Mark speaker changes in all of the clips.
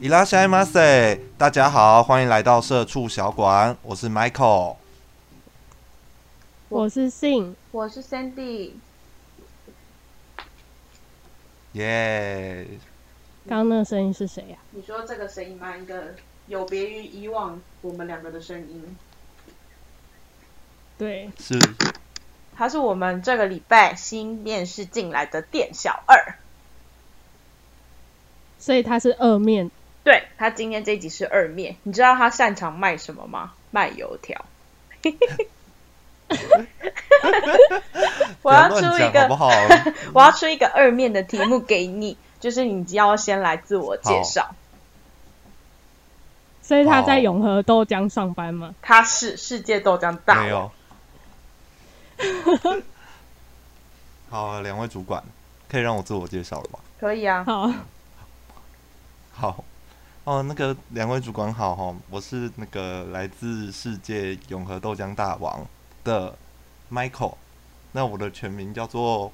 Speaker 1: 伊拉西马塞，大家好，欢迎来到社畜小馆，我是 Michael。
Speaker 2: 我是信，
Speaker 3: 我是 Sandy，
Speaker 1: 耶、
Speaker 2: 刚刚那个声音是谁呀、啊
Speaker 3: 你说这个声音吗？一个有别于以往我们两个的声音，
Speaker 2: 对，
Speaker 1: 是
Speaker 3: 他是我们这个礼拜新面试进来的店小二。
Speaker 2: 所以他是二面，
Speaker 3: 对他今天这一集是二面，你知道他擅长卖什么吗？卖油条。我要
Speaker 1: 不
Speaker 3: 出
Speaker 1: 乱
Speaker 3: 一
Speaker 1: 讲好
Speaker 3: 个
Speaker 1: 不好？
Speaker 3: 我要出一个二面的题目给你，就是你要先来自我介绍。
Speaker 2: 所以他在
Speaker 1: 哦
Speaker 2: 永和豆浆上班嘛。
Speaker 3: 他是世界豆浆大
Speaker 1: 没
Speaker 3: 王，
Speaker 1: 有。好，两位主管，可以让我自我介绍了吗？
Speaker 3: 可以啊。
Speaker 2: 好，
Speaker 1: 好，哦，那个两位主管好哦，我是那个来自世界永和豆浆大王的 Michael，那我的全名叫做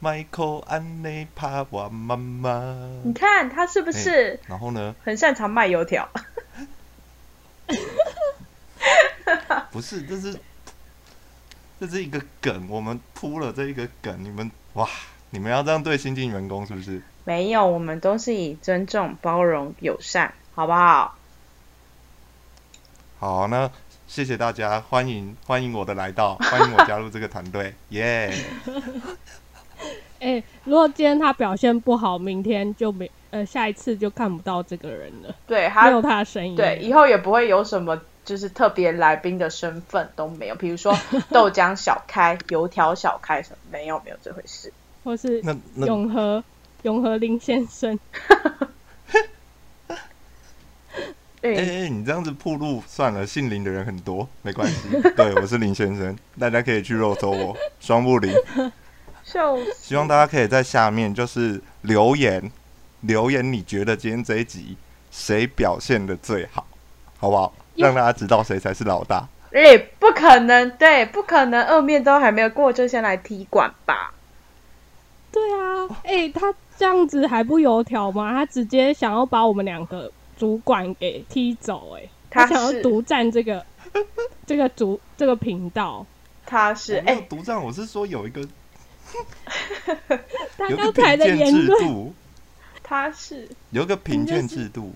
Speaker 1: Michael 安内帕瓦妈妈
Speaker 3: 你。看他是不是
Speaker 1: 然后呢，
Speaker 3: 很擅长卖油条？
Speaker 1: 不是，这是这是一个梗，我们铺了这一个梗，你们哇，你们要这样对新进员工是不是？
Speaker 3: 没有，我们都是以尊重、包容、友善，好不好？
Speaker 1: 好，那谢谢大家，欢迎欢迎我的来到，欢迎我加入这个团队，耶、
Speaker 2: 哎、如果今天他表现不好，明天就没呃，下一次就看不到这个人了，
Speaker 3: 对
Speaker 2: 没有
Speaker 3: 他，
Speaker 2: 他的声音。
Speaker 3: 对以后也不会有什么就是特别来宾的身份都没有，比 如说豆浆小开、油条小开什么，没有没有这回事。
Speaker 2: 或是
Speaker 1: 那那
Speaker 2: 永和永和林先生，
Speaker 3: 对，
Speaker 1: 哎、欸你这样子铺路算了，姓林的人很多，没关系。对，我是林先生，大家可以去肉搜我，双木林。
Speaker 3: 就
Speaker 1: 希望大家可以在下面就是留言，留言你觉得今天这一集谁表现的最好，好不好？
Speaker 2: Yeah
Speaker 1: 让大家知道谁才是老大。
Speaker 3: 哎，不可能，对，不可能，二面都还没有过就先来踢馆吧？
Speaker 2: 对啊，
Speaker 1: 哦
Speaker 2: 哎、他这样子还不油条吗？他直接想要把我们两个主管给踢走、哎，
Speaker 3: 他
Speaker 2: 想要
Speaker 3: 是
Speaker 2: 独占这个这个主这个 频道。
Speaker 3: 他是
Speaker 1: 我没
Speaker 3: 哎、
Speaker 1: 有独占，我是说有一个
Speaker 2: 他
Speaker 1: 有一个
Speaker 2: 刚才
Speaker 1: 评
Speaker 2: 的
Speaker 1: 鉴
Speaker 2: 言
Speaker 1: 制
Speaker 2: 论，
Speaker 1: 度，
Speaker 3: 他是
Speaker 1: 有一个评
Speaker 2: 你就是
Speaker 1: 鉴制度。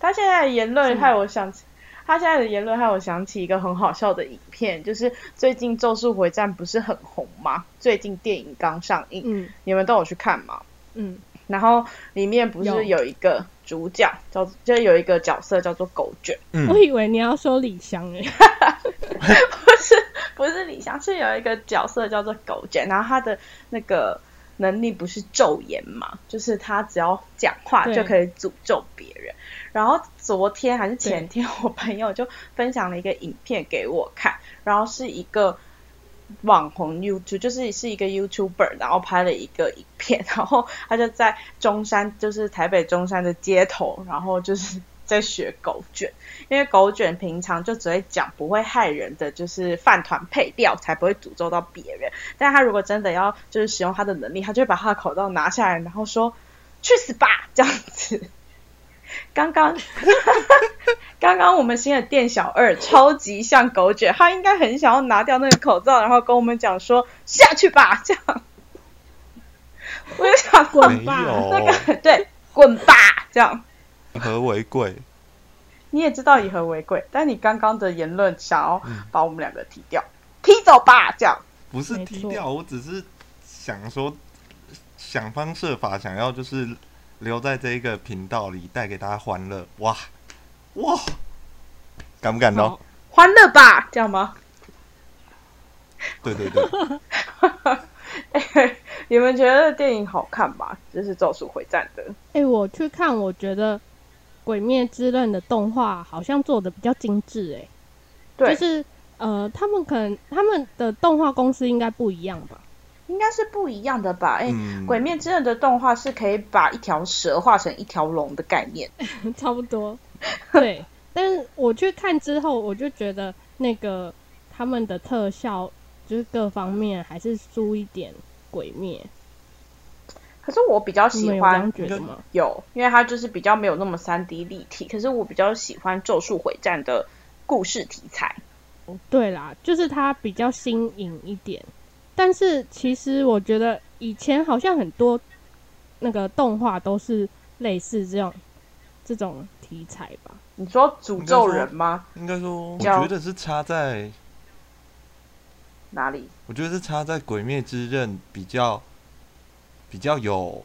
Speaker 3: 他现在的言
Speaker 2: 是
Speaker 3: 论
Speaker 2: 吗
Speaker 3: 害我想起，他现在的言论害我想起一个很好笑的影片，就是最近《咒术回战》不是很红吗？最近电影刚上映，
Speaker 2: 嗯
Speaker 3: 你们都有去看吗？
Speaker 2: 嗯，
Speaker 3: 然后里面不
Speaker 2: 有
Speaker 3: 是有一个主角叫，就是有一个角色叫做狗卷，
Speaker 1: 嗯
Speaker 2: 我，以为你要说李湘哎、
Speaker 3: 不是不是李湘，是有一个角色叫做狗卷，然后他的那个能力不是咒言嘛，就是他只要讲话
Speaker 2: 对
Speaker 3: 就可以诅咒别人。然后昨天还是前天，我朋友就分享了一个影片给我看，然后是一个网红 YouTube，就是是一个 YouTuber，然后拍了一个影片， 然后他就在中山，就是台北中山的街头，然后就是在学狗卷，因为狗卷平常就只会讲不会害人的，就是饭团配料才不会诅咒到别人，但他如果真的要就是使用他的能力，他就会把他的口罩拿下来，然后说去死吧这样子。 刚刚， 刚刚我们新的店小二超级像狗卷，他应该很想要拿掉那个口罩，然后跟我们讲说下去吧，这样。我就想说，
Speaker 2: 滚
Speaker 1: 没
Speaker 2: 吧
Speaker 3: 那
Speaker 1: 有，
Speaker 3: 个对，滚吧，这样。
Speaker 1: 和为贵。
Speaker 3: 你也知道以和为贵，但你刚刚的言论想要把我们两个踢掉，踢走吧，这样。
Speaker 1: 不是
Speaker 2: 没
Speaker 1: 踢
Speaker 2: 错
Speaker 1: 掉，我只是想说，想方设法想要就是留在这一个频道里，带给大家欢乐。哇哇，感不感哦动
Speaker 2: 好？
Speaker 3: 欢乐吧，这样吗？
Speaker 1: 对对对，
Speaker 3: 你们觉得电影好看吗？就是《咒术回战》的，
Speaker 2: 哎、我去看，我觉得《鬼灭之刃》的动画好像做的比较精致、欸，就
Speaker 3: 对，
Speaker 2: 是呃，他们可能他们的动画公司应该不一样吧？
Speaker 3: 应该是不一样的吧？哎、
Speaker 1: 嗯，
Speaker 3: 鬼灭之刃》的动画是可以把一条蛇画成一条龙的概念。
Speaker 2: 差不多， 对。但是我去看之后，我就觉得那个他们的特效就是各方面还是输一点《鬼灭》，
Speaker 3: 可是我比较
Speaker 2: 你们
Speaker 3: 喜
Speaker 2: 有这样
Speaker 3: 欢
Speaker 2: 觉得吗？
Speaker 3: 有，因为它就是比较没有那么三 D 立体，可是我比较喜欢《咒术回战》的故事题材。
Speaker 2: 对啦，就是它比较新颖一点，但是其实我觉得以前好像很多那个动画都是类似这种这种题材吧。
Speaker 3: 你说诅咒人吗？
Speaker 1: 应该说，我
Speaker 3: 叫
Speaker 1: 觉得是差在，
Speaker 3: 哪里？
Speaker 1: 我觉得是差在《鬼灭之刃》比较比较有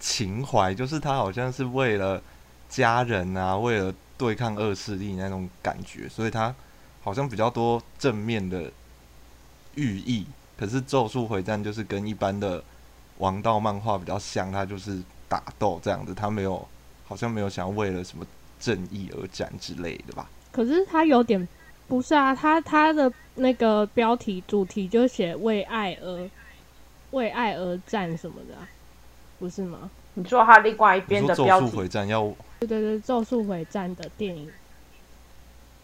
Speaker 1: 情怀，就是他好像是为了家人啊，为了对抗恶势力那种感觉，所以他好像比较多正面的寓意。可是《咒术回战》就是跟一般的王道漫画比较像，它就是打斗这样子，它没有好像没有想要为了什么正义而战之类的吧？
Speaker 2: 可是它有点不是啊，它它的那个标题主题就写为爱而为爱而战什么的啊、不是吗？
Speaker 3: 你说它另外一
Speaker 1: 你
Speaker 3: 边
Speaker 1: 说
Speaker 3: 的
Speaker 1: 《咒
Speaker 3: 标
Speaker 1: 术
Speaker 3: 题
Speaker 1: 回战》要
Speaker 2: 对对对，《咒术回战》的电影，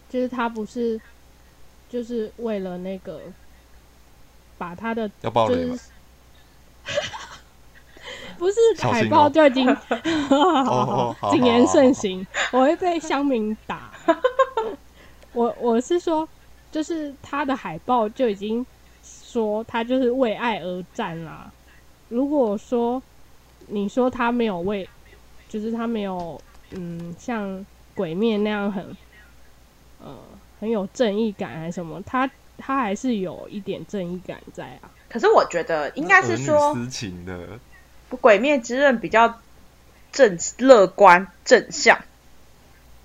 Speaker 2: 就是他不是就是为了那个把他的
Speaker 1: 要爆
Speaker 2: 就
Speaker 1: 雷吗
Speaker 2: 是？ 不是
Speaker 1: 小
Speaker 2: 海
Speaker 1: 心
Speaker 2: 报
Speaker 1: 哦
Speaker 2: 就已经
Speaker 1: 哦好
Speaker 2: 谨
Speaker 1: 好
Speaker 2: 言
Speaker 1: 好
Speaker 2: 慎
Speaker 1: 好
Speaker 2: 行，我会被乡民打。 我我是说，就是他的海报就已经说他就是为爱而战啦。如果说你说他没有为，就是他没有嗯像鬼灭那样很呃很有正义感还是什么，他他还是有一点正义感在啊。
Speaker 3: 可是我觉得应该是
Speaker 1: 儿
Speaker 3: 说
Speaker 1: 女私情的，
Speaker 3: 《鬼灭之刃》比较正乐观正向，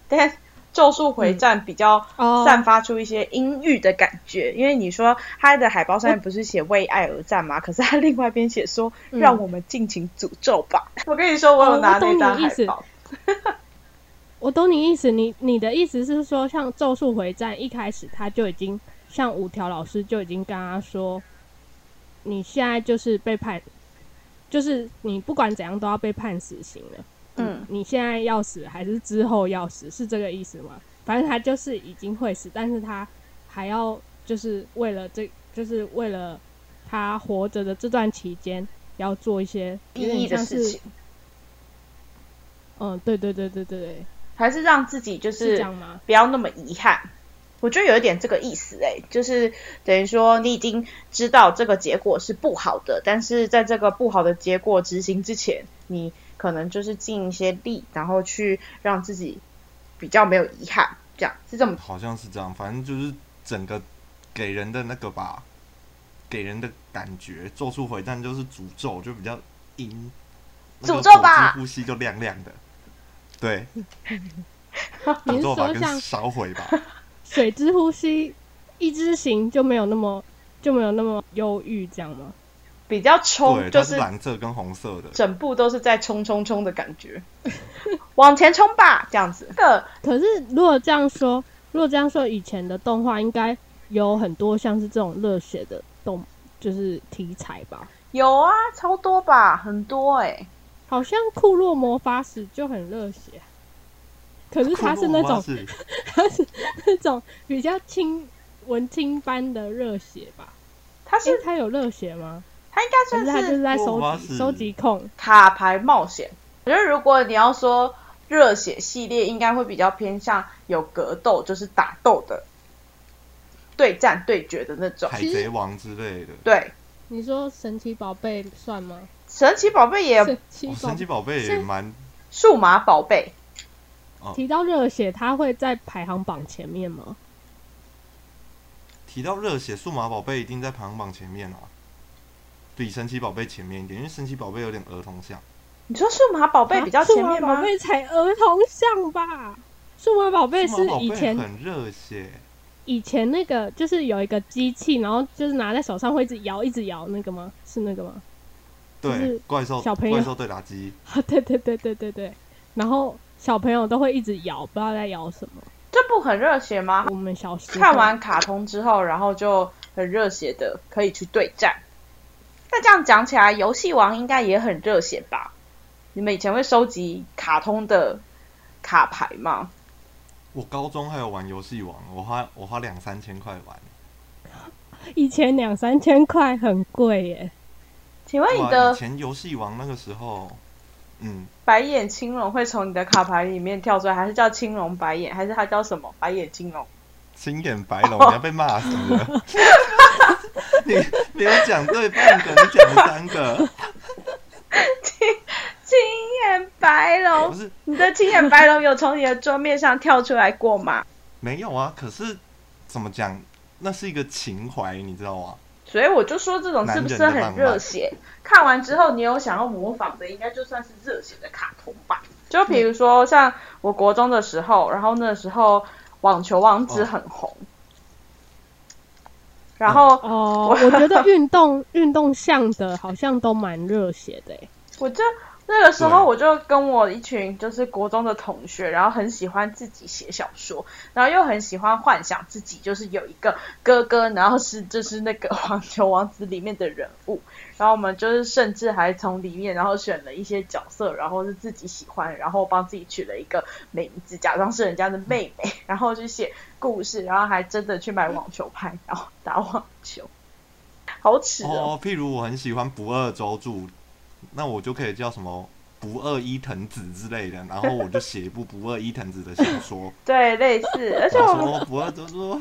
Speaker 3: 但《咒术回
Speaker 1: 嗯
Speaker 3: 战》比较
Speaker 2: 哦
Speaker 3: 散发出一些阴郁的感觉。因为你说它的海报上面不是写“为爱而战”吗？可是它另外一边写说“
Speaker 2: 嗯
Speaker 3: 让我们尽情诅咒吧”我跟你说，我
Speaker 2: 哦
Speaker 3: 有
Speaker 2: 我
Speaker 3: 拿那
Speaker 2: 懂
Speaker 3: 张
Speaker 2: 你意
Speaker 3: 海
Speaker 2: 思
Speaker 3: 报，
Speaker 2: 我懂你意思，你你的意思是说，像《咒术回战》一开始他就已经，像五条老师就已经跟他说，你现在就是被判，就是你不管怎样都要被判死刑了。
Speaker 3: 嗯，
Speaker 2: 你现在要死还是之后要死，是这个意思吗？反正他就是已经会死，但是他还要就是为了这，就是为了他活着的这段期间，要做一些有
Speaker 3: 意义
Speaker 2: 点
Speaker 3: 的
Speaker 2: 像
Speaker 3: 事
Speaker 2: 是
Speaker 3: 情，，
Speaker 2: 嗯，对对对对对对，
Speaker 3: 还是让自己就是
Speaker 2: 这样吗？
Speaker 3: 不要那么遗憾。我觉得有一点这个意思哎、就是等于说你已经知道这个结果是不好的，但是在这个不好的结果执行之前，你可能就是尽一些力，然后去让自己比较没有遗憾，这样是这么
Speaker 1: 好像是这样。反正就是整个给人的那个吧，给人的感觉，咒术回战就是诅咒，就比较阴。那个
Speaker 3: 诅咒吧
Speaker 1: 火之呼吸就亮亮的。对，
Speaker 2: 你
Speaker 1: 诅
Speaker 2: 是
Speaker 1: 咒吧
Speaker 2: 说像
Speaker 1: 跟烧毁 吧，
Speaker 2: 水之呼吸一之行就没有那么就没有那么忧郁，这样吗？
Speaker 3: 比较冲，
Speaker 1: 对，
Speaker 3: 就
Speaker 1: 它是
Speaker 3: 是
Speaker 1: 蓝色跟红色的。
Speaker 3: 整部都是在冲冲冲的感觉， 往前冲吧，这样子。这个
Speaker 2: 可是如果这样说，如果这样说，以前的动画应该有很多像是这种热血的动，就是题材吧。
Speaker 3: 有啊，超多吧，很多哎、
Speaker 2: 好像库洛魔法使就很热血，可是他是那
Speaker 1: 库洛
Speaker 2: 种
Speaker 1: 魔法使
Speaker 2: 那种比较轻文青般的热血吧。
Speaker 3: 他
Speaker 2: 诶
Speaker 3: 是
Speaker 2: 他有热血吗？
Speaker 3: 他应该
Speaker 2: 还是
Speaker 3: 算
Speaker 2: 他就是在收
Speaker 1: 库洛魔法
Speaker 2: 集
Speaker 1: 使
Speaker 2: 收集控？
Speaker 3: 卡牌冒险。我觉得如果你要说热血系列，应该会比较偏向有格斗，就是打斗的对战对决的那种。
Speaker 1: 海贼王之类的。
Speaker 3: 对，
Speaker 2: 你说神奇宝贝算吗？
Speaker 3: 神奇宝贝也有
Speaker 2: 神奇
Speaker 1: 哦，
Speaker 2: 宝
Speaker 1: 神奇宝贝也
Speaker 2: 是
Speaker 1: 蛮
Speaker 3: 数码宝贝，
Speaker 2: 提到热血，它会在排行榜前面吗？
Speaker 1: 提到热血，数码宝贝一定在排行榜前面啊，比神奇宝贝前面一点，因为神奇宝贝有点儿童向。
Speaker 3: 你说数啊码宝贝比较前面
Speaker 2: 啊数码宝
Speaker 3: 吗？
Speaker 2: 贝才儿童像吧？数码宝贝
Speaker 1: 数
Speaker 2: 是
Speaker 1: 码宝
Speaker 2: 以
Speaker 1: 贝
Speaker 2: 前
Speaker 1: 很热血，
Speaker 2: 以前那个，就是有一个机器，然后就是拿在手上会一直摇一直摇那个吗？是那个吗？ 就是
Speaker 1: 对，怪兽
Speaker 2: 小朋友
Speaker 1: 怪兽对打机，
Speaker 2: 啊，对对对对对对。然后小朋友都会一直摇，不知道在摇什么。
Speaker 3: 这部很热血吗？
Speaker 2: 我们小时候
Speaker 3: 看完卡通之后，然后就很热血的可以去对战。那这样讲起来，游戏王应该也很热血吧？你们以前会收集卡通的卡牌吗？
Speaker 1: 我高中还有玩游戏王，我花我花两三千块玩，
Speaker 2: 以前两三千块很贵耶，
Speaker 3: 请问你
Speaker 1: 哇以
Speaker 3: 的
Speaker 1: 前游戏王那个时候，嗯，
Speaker 3: 白眼青龙会从你的卡牌里面跳出来，还是叫青龙白眼，还是它叫什么白眼青龙？
Speaker 1: 青眼白龙，你要被骂死 了。 你没有讲对半个，你讲了三个，
Speaker 3: 青眼白
Speaker 1: 哎不
Speaker 3: 龙，
Speaker 1: 是
Speaker 3: 你的青眼白龙有从你的桌面上跳出来过吗？
Speaker 1: 没有啊？可是怎么讲？那是一个情怀，你知道吗？
Speaker 3: 所以我就说这种是不是很热血？看完之后，你有想要模仿的，应该就算是热血的卡通吧。就比如说像我国中的时候，然后那时候网球王子很红，然后
Speaker 2: 哦，我觉得运动运动项的好像都蛮热血的、欸，
Speaker 3: 我就那个时候，
Speaker 1: 对
Speaker 3: 我就跟我一群就是国中的同学，然后很喜欢自己写小说，然后又很喜欢幻想自己就是有一个哥哥，然后是就是那个 《网球王子》里面的人物，然后我们就是甚至还从里面然后选了一些角色，然后是自己喜欢，然后帮自己取了一个名字，假装是人家的妹妹，然后去写故事，然后还真的去买网球拍，然后打网球，好耻哦！
Speaker 1: 哦，譬如我很喜欢不二周助，那我就可以叫什么不二伊藤子之类的，然后我就写一部不二伊藤子的小 说，
Speaker 3: 对，类似，而且
Speaker 1: 然
Speaker 3: 我
Speaker 1: 后
Speaker 3: 们
Speaker 1: 说不二周助，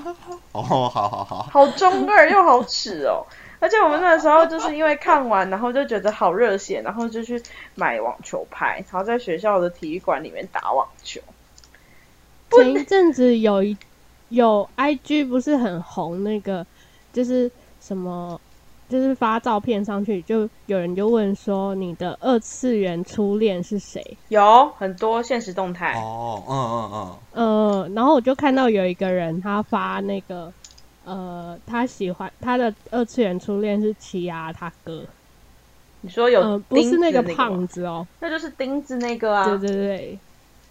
Speaker 1: 哦，好好好，
Speaker 3: 好中二又好耻哦！而且我们那个时候就是因为看完，然后就觉得好热血，然后就去买网球拍，然后在学校的体育馆里面打网球。不
Speaker 2: 前一阵子有一有 IG 不是很红那个，就是什么，就是发照片上去，就有人就问说你的二次元初恋是谁？
Speaker 3: 有很多现实动态，
Speaker 1: 哦，嗯嗯嗯，
Speaker 2: 呃，然后我就看到有一个人他发那个，呃，他喜欢他的二次元初恋是奇亚他哥，
Speaker 3: 你说
Speaker 2: 呃
Speaker 3: 有，
Speaker 2: 不
Speaker 3: 钉
Speaker 2: 是
Speaker 3: 子
Speaker 2: 那
Speaker 3: 那
Speaker 2: 个
Speaker 3: 吗
Speaker 2: 胖，子哦，
Speaker 3: 那就是钉子那个啊。
Speaker 2: 对对对，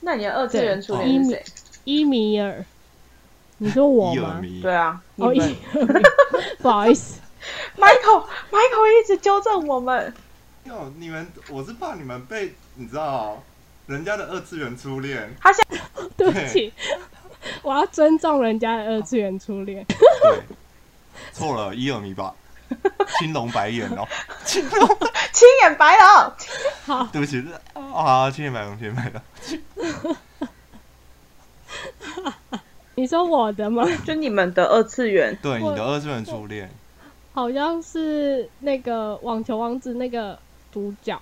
Speaker 3: 那你的二次元初
Speaker 1: 对
Speaker 3: 恋是谁？
Speaker 2: 伊米尔，你说我
Speaker 1: 伊尔
Speaker 2: 吗？
Speaker 1: 迷，
Speaker 3: 对啊，你
Speaker 2: 哦，
Speaker 3: 们
Speaker 2: 伊尔迷， 不好意思，
Speaker 3: Michael Michael 一直纠正我们。
Speaker 1: 哟你们，我是怕你们被你知道人家的二次元初恋，
Speaker 3: 他现
Speaker 2: 对不起，我要尊重人家的二次元初恋。
Speaker 1: 对，错了，伊尔迷吧，青龙白眼哦，青龙，
Speaker 3: 青眼白哦龙，
Speaker 2: 好，
Speaker 1: 对不起，啊，青眼白龙，青眼白龙，
Speaker 2: 你说我的吗？
Speaker 3: 就你们的二次元
Speaker 1: 对，
Speaker 2: 我
Speaker 1: 你的二次元初恋，
Speaker 2: 好像是那个网球王子那个主角。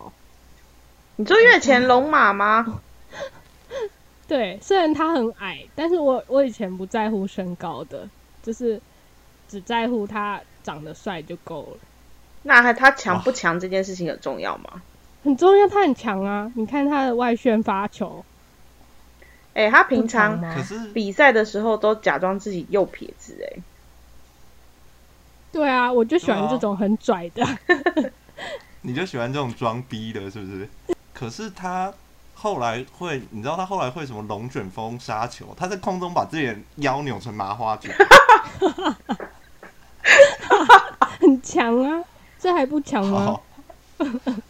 Speaker 3: 你说月前龙马
Speaker 2: 哦
Speaker 3: 吗？
Speaker 2: 对，虽然他很矮，但是我我以前不在乎身高的，就是只在乎他长得帅就够了。
Speaker 3: 那还他强不强这件事情很重要吗？
Speaker 2: 很重要，他很强啊！你看他的外旋发球，
Speaker 3: 哎、他平
Speaker 2: 不
Speaker 3: 常
Speaker 2: 强啊吗
Speaker 1: 可是
Speaker 3: 比赛的时候都假装自己右撇子、哎，
Speaker 2: 对啊，我就喜欢
Speaker 1: 对啊
Speaker 2: 这种很拽的。
Speaker 1: 你就喜欢这种装逼的，是不是？可是他后来会，你知道他后来会什么龙卷风杀球，他在空中把自己的腰扭成麻花卷，
Speaker 2: 很强啊，这还不强吗
Speaker 1: 好？哦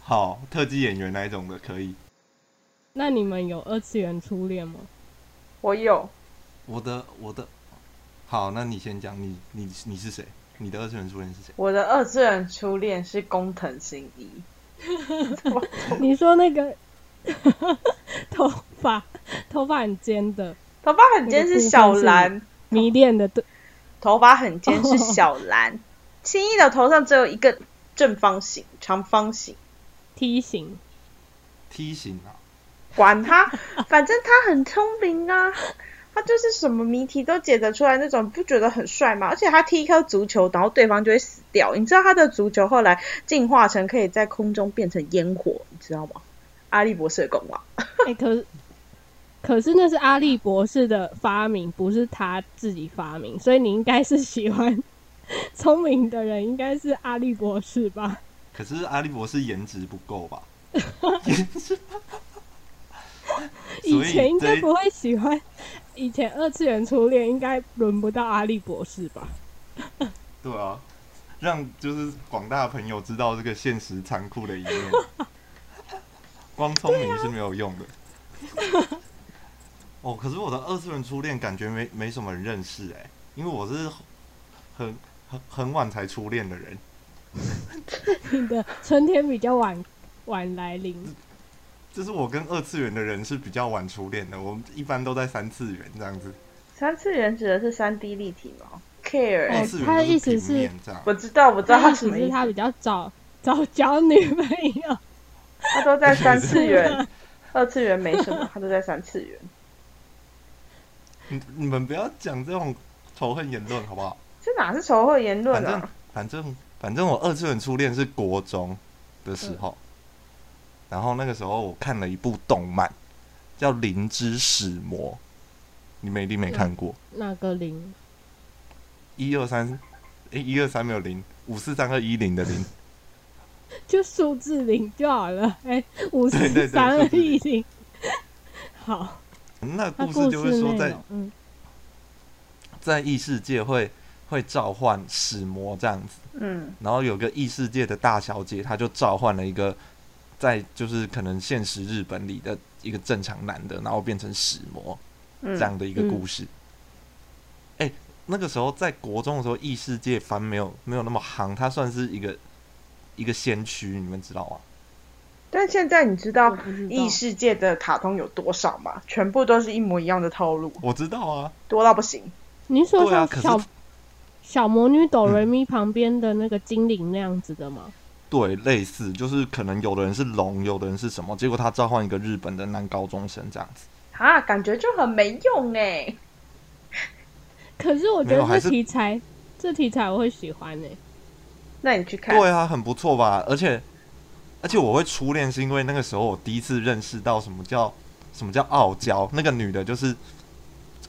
Speaker 1: 好特技演员那一种的可以。
Speaker 2: 那你们有二次元初恋吗？
Speaker 3: 我有，
Speaker 1: 我的我的，好，那你先讲，你你你是谁？你的二次元初恋是谁？
Speaker 3: 我的二次元初恋是工藤新一，
Speaker 2: 你说那个 头发，头发很尖的，
Speaker 3: 头发很尖是小兰，
Speaker 2: 迷恋的对
Speaker 3: 头发很尖是小兰，新一的头上只有一个正方形、长方形，
Speaker 2: 梯形，
Speaker 1: 梯形啊，
Speaker 3: 管他，反正他很聪明啊。他就是什么谜题都解得出来那种，你不觉得很帅吗？而且他踢一颗足球，然后对方就会死掉。你知道他的足球后来进化成可以在空中变成烟火，你知道吗？阿笠博士的功劳。
Speaker 2: 哎、可是可是那是阿笠博士的发明，不是他自己发明，所以你应该是喜欢聪明的人，应该是阿笠博士吧？
Speaker 1: 可是阿笠博士颜值不够 吧？颜值不够，
Speaker 2: 以
Speaker 1: 所
Speaker 2: 前应
Speaker 1: 这
Speaker 2: 该
Speaker 1: 一
Speaker 2: 不会喜欢，以前二次元初恋应该轮不到阿笠博士吧？
Speaker 1: 对啊，让就是广大朋友知道这个现实残酷的一 面。光聪明是没有用的。
Speaker 2: 啊
Speaker 1: 哦，可是我的二次元初恋感觉没没什欸么人认识哎、因为我是很很很晚才初恋的人。
Speaker 2: 你的春天比较晚晚来临，
Speaker 1: 就是我跟二次元的人是比较晚初恋的，我们一般都在三次元这样子。
Speaker 3: 三次元指的是三 D 立体吗？Care，、
Speaker 1: 二
Speaker 2: 哦
Speaker 1: 次元
Speaker 2: 他的
Speaker 1: 就是
Speaker 2: 意思
Speaker 1: 平
Speaker 2: 是
Speaker 1: 面这样，
Speaker 3: 我知道，我知道
Speaker 2: 他
Speaker 3: 他
Speaker 2: 意
Speaker 3: 什
Speaker 2: 思
Speaker 3: 么
Speaker 2: 是
Speaker 3: 意 思，
Speaker 2: 他比较早早交女朋友，
Speaker 3: 他都在三 次元， 二次元没什么，他都在三次元。
Speaker 1: 你你们不要讲这种仇恨言论好不好？
Speaker 3: 这哪是仇恨言论
Speaker 1: 反正
Speaker 3: 啊？
Speaker 1: 反正反正我二次元初恋是国中的
Speaker 2: 嗯
Speaker 1: 时候，然后那个时候我看了一部动漫叫《灵之使魔》，你们一
Speaker 2: 嗯
Speaker 1: 定没看过。
Speaker 2: 那个零
Speaker 1: 一二三，诶，一二三没有零，五四三二一零的零，
Speaker 2: 就数字零就好了，哎、五
Speaker 1: 对
Speaker 2: 十
Speaker 1: 对
Speaker 2: 三二
Speaker 1: 对
Speaker 2: 一零。好，
Speaker 1: 那
Speaker 2: 那
Speaker 1: 故事就
Speaker 2: 事
Speaker 1: 是说
Speaker 2: 内
Speaker 1: 在
Speaker 2: 容，嗯，
Speaker 1: 在异世界会会召唤使魔这样子，
Speaker 3: 嗯
Speaker 1: 然后有个异世界的大小姐，她就召唤了一个在就是可能现实日本里的一个正常男的，然后变成使魔
Speaker 3: 嗯，
Speaker 1: 这样的一个故事。哎、那个时候在国中的时候，异世界番没有没有那么夯，它算是一个一个先驱，你们知道吗？
Speaker 3: 但现在你知
Speaker 2: 我
Speaker 3: 道
Speaker 2: 不知道
Speaker 3: 异世界的卡通有多少吗？全部都是一模一样的套路，
Speaker 1: 我知道啊，
Speaker 3: 多到不行。
Speaker 2: 你是说
Speaker 1: 对啊
Speaker 2: 像
Speaker 1: 可是
Speaker 2: 小、小魔女哆
Speaker 1: 嗯
Speaker 2: 瑞咪旁边的那个精灵那样子的吗？
Speaker 1: 对，类似就是可能有的人是龙，有的人是什么，结果他召唤一个日本的男高中生这样子。
Speaker 3: 啊，感觉就很没用哎、
Speaker 2: 可是我觉
Speaker 1: 没有
Speaker 2: 得
Speaker 1: 还
Speaker 2: 这
Speaker 1: 是
Speaker 2: 题材，这题材我会喜欢欸诶、
Speaker 3: 那你去看，
Speaker 1: 对啊，很不错吧？而且而且我会初恋是因为那个时候我第一次认识到什么叫什么叫傲娇，那个女的就是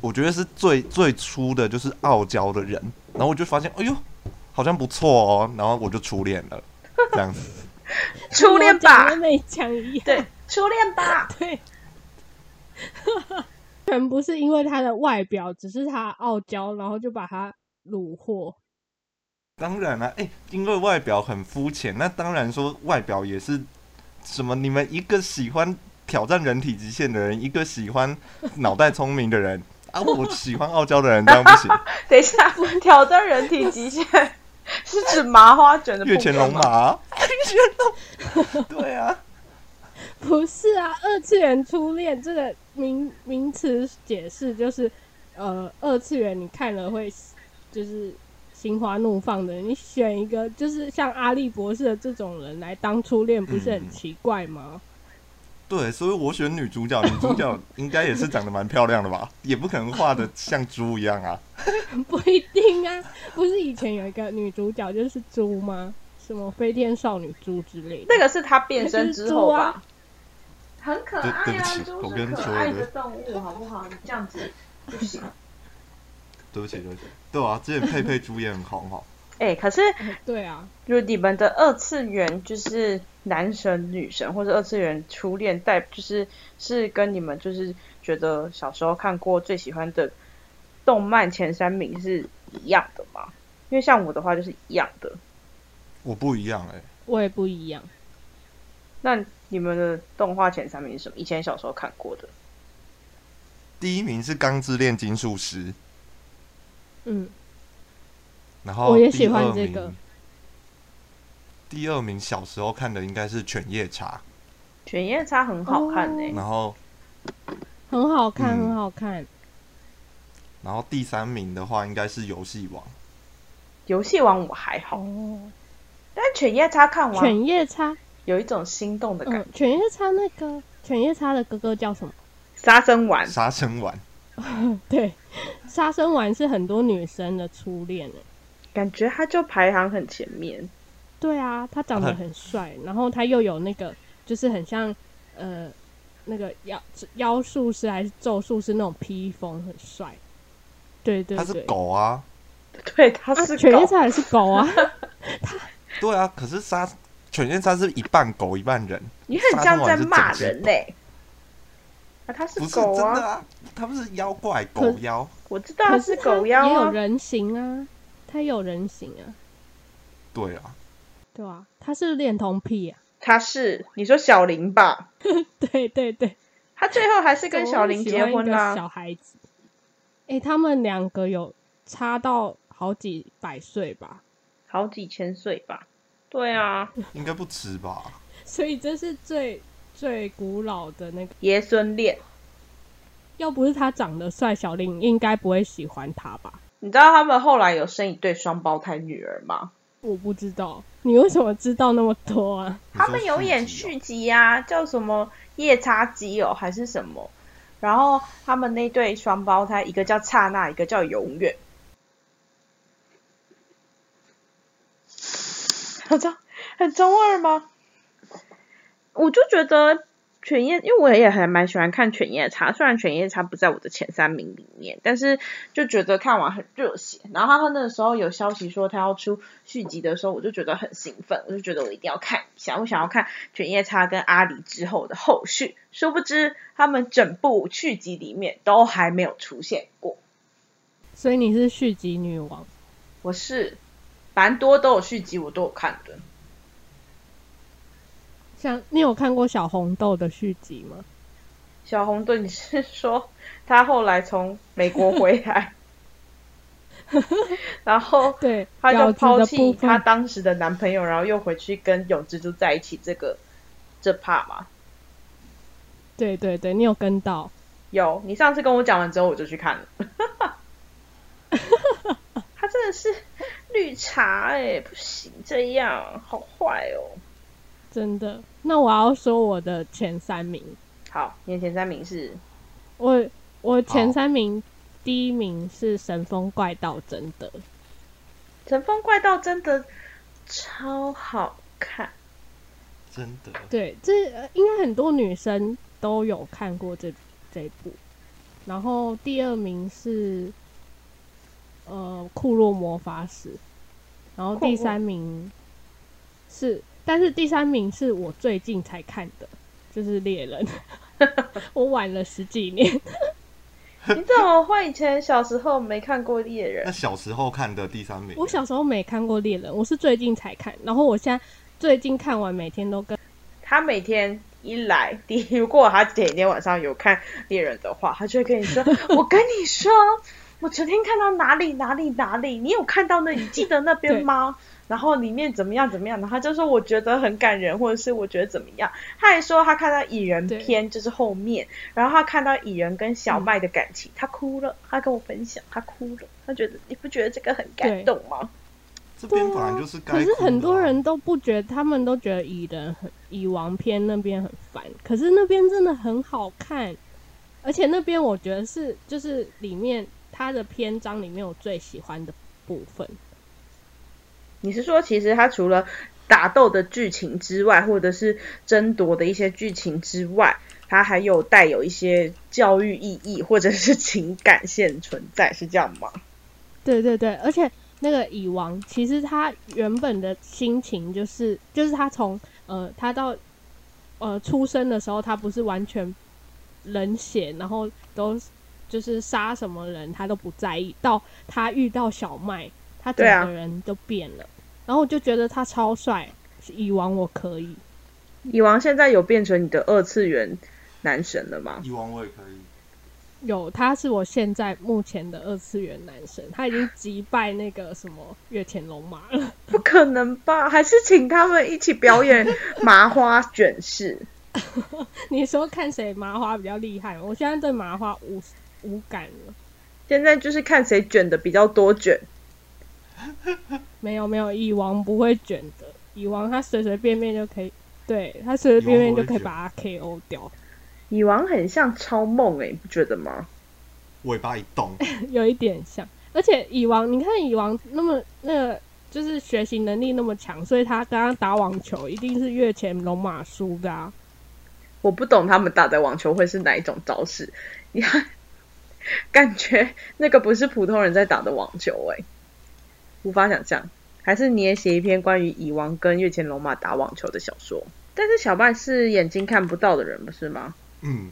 Speaker 1: 我觉得是最最初的就是傲娇的人，然后我就发现哎呦好像不错哦，然后我就初恋了，这样子。
Speaker 3: 初恋吧
Speaker 2: 跟我讲的，那一讲一样，
Speaker 3: 对，初恋吧，
Speaker 2: 对， 全不是因为她的外表，只是她傲娇，然后就把她虏获。
Speaker 1: 当然啦、哎、因为外表很肤浅，那当然说外表也是什么？你们一个喜欢挑战人体极限的人，一个喜欢脑袋聪明的人啊，我喜欢傲娇的人，这样不行，
Speaker 3: 等 一下，挑战人体极限是指麻花卷 的部
Speaker 1: 越
Speaker 3: 分
Speaker 1: 前龙
Speaker 3: 吗
Speaker 1: 马，越前龙，对啊，
Speaker 2: 不是啊，二次元初恋这个名名词解释就是，呃，二次元你看了会就是心花怒放的，你选一个就是像阿笠博士的这种人来当初恋，不是很
Speaker 1: 嗯
Speaker 2: 奇怪吗？
Speaker 1: 对，所以我选女主角，女主角应该也是长得蛮漂亮的吧，也不可能画的像猪一样啊，
Speaker 2: 不一定啊，不是以前有一个女主角就是猪吗？什么飞天少女猪之类的
Speaker 3: 那，个是他变身之后吧？很可啊
Speaker 1: 对对不起我跟你说的
Speaker 3: 动物，好不好？你这样子不行。
Speaker 1: 对不起，对不起，对啊，之前佩佩猪也很红哦，
Speaker 3: 哎、可是
Speaker 2: 对啊，
Speaker 3: 如果你们的二次元就是男神女神，或者二次元初恋代，就是是跟你们就是觉得小时候看过最喜欢的动漫前三名是一样的吗？因为像我的话就是一样的。
Speaker 1: 我不一样哎、
Speaker 2: 我也不一样。
Speaker 3: 那你们的动画前三名是什么？以前小时候看过的，
Speaker 1: 第一名是《钢之炼金术师》，
Speaker 2: 嗯，
Speaker 1: 然后
Speaker 2: 我也
Speaker 1: 第
Speaker 2: 喜欢
Speaker 1: 二
Speaker 2: 这
Speaker 1: 名
Speaker 2: 个。
Speaker 1: 第二名小时候看的应该是《犬夜叉
Speaker 3: 《犬夜叉》很好看欸呢、》，
Speaker 1: 然后
Speaker 2: 很好看，
Speaker 1: 嗯
Speaker 2: 很好看。
Speaker 1: 然后第三名的话应该是《游戏王》，
Speaker 3: 游戏王我还好，
Speaker 2: 哦，
Speaker 3: 但犬夜叉看完
Speaker 2: 犬夜叉，
Speaker 3: 有一种心动的感
Speaker 2: 嗯
Speaker 3: 觉。，
Speaker 2: 犬夜叉那个犬夜叉的哥哥叫什么？
Speaker 3: 杀生丸
Speaker 1: 《杀生丸》。
Speaker 2: 对，杀生丸是很多女生的初恋欸诶。
Speaker 3: 感觉他就排行很前面，
Speaker 2: 对啊，他长得很帅，然后他又有那个，就是很像呃那个妖妖术师还是咒术师那种披风，很帅。对对
Speaker 1: 它
Speaker 2: 对
Speaker 1: 是，狗啊，
Speaker 3: 对，他
Speaker 2: 啊，
Speaker 3: 是
Speaker 2: 犬
Speaker 3: 狗
Speaker 2: 夜，叉也是狗 啊，
Speaker 1: 对啊，可是杀犬夜叉是一半狗一半人，
Speaker 3: 你很像在
Speaker 1: 杀生
Speaker 3: 骂
Speaker 1: 丸是整
Speaker 3: 人
Speaker 1: 只
Speaker 3: 呢、啊，他是
Speaker 1: 不是
Speaker 3: 狗
Speaker 1: 真的
Speaker 3: 啊，
Speaker 1: 啊，他们是妖怪
Speaker 2: 可
Speaker 1: 狗妖，
Speaker 3: 我知道他
Speaker 2: 可是它
Speaker 3: 狗
Speaker 2: 也
Speaker 3: 妖
Speaker 2: 有
Speaker 3: 啊，
Speaker 2: 人形啊，他有人形啊，
Speaker 1: 对啊，
Speaker 2: 对啊，他是恋童癖啊，
Speaker 3: 他是你说小林吧？
Speaker 2: 对对对。
Speaker 3: 他最后还是跟小林结婚啦、
Speaker 2: 小孩子，哎、他们两个有差到好几百岁吧？
Speaker 3: 好几千岁吧？对啊，
Speaker 1: 应该不止吧？
Speaker 2: 所以这是最最古老的那个。
Speaker 3: 爷孙恋，
Speaker 2: 要不是他长得帅，小林应该不会喜欢他吧？
Speaker 3: 你知道他们后来有生一对双胞胎女儿吗？
Speaker 2: 我不知道，你为什么知道那么多啊？
Speaker 1: 你
Speaker 3: 他
Speaker 1: 说
Speaker 3: 们有演
Speaker 1: 续集哦
Speaker 3: 续集啊，叫什么夜叉姬哦，还是什么？然后他们那对双胞胎，一个叫刹那，一个叫永远。 很中很中二吗？我就觉得犬夜，因为我也还蛮喜欢看犬夜叉，虽然犬夜叉不在我的前三名里面，但是就觉得看完很热血。然后他那个时候有消息说他要出续集的时候，我就觉得很兴奋，我就觉得我一定要看一下，我想要看犬夜叉跟阿离之后的后续。殊不知他们整部续集里面都还没有出现过。
Speaker 2: 所以你是续集女王，
Speaker 3: 我是蛮多都有续集，我都有看的。
Speaker 2: 像你有看过小红豆的续集吗？
Speaker 3: 小红对你是说他后来从美国回来， 然后
Speaker 2: 对，
Speaker 3: 他就
Speaker 2: 饺
Speaker 3: 抛
Speaker 2: 子的部
Speaker 3: 弃他
Speaker 2: 分，
Speaker 3: 当时的男朋友，然后又回去跟永蜘蛛在一起，这个这怕吗？
Speaker 2: 对对对，你有跟到。
Speaker 3: 有，你上次跟我讲完之后，我就去 看了。他真的是绿茶哎、不行，这样好坏哦。
Speaker 2: 真的，那我要说我的前三名，
Speaker 3: 好，你的前三名是
Speaker 2: 我我
Speaker 1: 好
Speaker 2: 前三名，第一名是《神风怪盗》，真的，
Speaker 3: 《乘风怪盗》，真的超好看。
Speaker 1: 啊真的，
Speaker 2: 对，这呃应该很多女生都有看过这这一部。然后第二名是呃《库洛魔法使》，然后
Speaker 3: 库洛
Speaker 2: 第三名是，但是第三名是我最近才看的，就是《猎人》，我晚了十几年。
Speaker 3: 你怎么会以前小时候没看过猎人
Speaker 1: 那？小时候看的第三名，
Speaker 2: 我小时候没看过《猎人》，我是最近才看，然后我现在最近看完，每天都跟
Speaker 3: 他每天一来，第一如果他前一天晚上有看猎人的话，他就会跟你说：“我跟你说，我昨天看到哪里哪里哪里，你有看到那？你记得那边吗？”然后里面怎么样怎么样，然后他就说我觉得很感人，或者是我觉得怎么样。他还说他看到蚁人
Speaker 2: 对
Speaker 3: 篇就是后面，然后他看到蚁人跟小麦的感情，他哭了，他跟我分享，他哭了，他觉得你不觉得这个很感
Speaker 2: 对
Speaker 3: 动吗？
Speaker 1: 这边本来就是该、啊
Speaker 3: 啊
Speaker 2: 可是很多人，都不觉得，他们都觉得蚁人很蚁王篇那边很烦，可是那边真的很好看，而且那边我觉得是就是里面它的篇章里面我最喜欢的部分。
Speaker 3: 你是说，其实它除了打斗的剧情之外，或者是争夺的一些剧情之外，它还有带有一些教育意义或者是 情感线存在，是这样吗？
Speaker 2: 对对对，而且那个蚁王其实他原本的心情就是，就是他从呃他到呃出生的时候，他不是完全冷血，然后都就是杀什么人他都不在意，到他遇到小麦，他整
Speaker 3: 对啊
Speaker 2: 个人都变了。然后我就觉得他超帅，蚁王我可以。
Speaker 3: 蚁王现在有变成你的二次元男神了吗？
Speaker 1: 以往我也可以，
Speaker 2: 有，他是我现在目前的二次元男神，他已经击败那个什么月前龙马了。
Speaker 3: 不可能吧？还是请他们一起表演麻花卷式？
Speaker 2: 你说看谁麻花比较厉害？我现在对麻花无无感了。
Speaker 3: 现在就是看谁卷的比较多卷。
Speaker 2: 没有没有，蚁王不会卷的，蚁王他随随便便就可以，对他随随便便就可以把他 KO 掉。
Speaker 3: 蚁王很像超梦欸诶、你不觉得吗？
Speaker 1: 尾巴一动，
Speaker 2: 有一点像。而且蚁王，你看蚁王那么那个，就是学习能力那么强，所以他刚刚打网球一定是越前龙马输的啊。
Speaker 3: 我不懂他们打的网球会是哪一种招式， 你看，感觉那个不是普通人在打的网球哎、无法想象。还是你也写一篇关于蚁王跟月前龙马打网球的小说？但是小麦是眼睛看不到的人，不是吗？
Speaker 1: 嗯，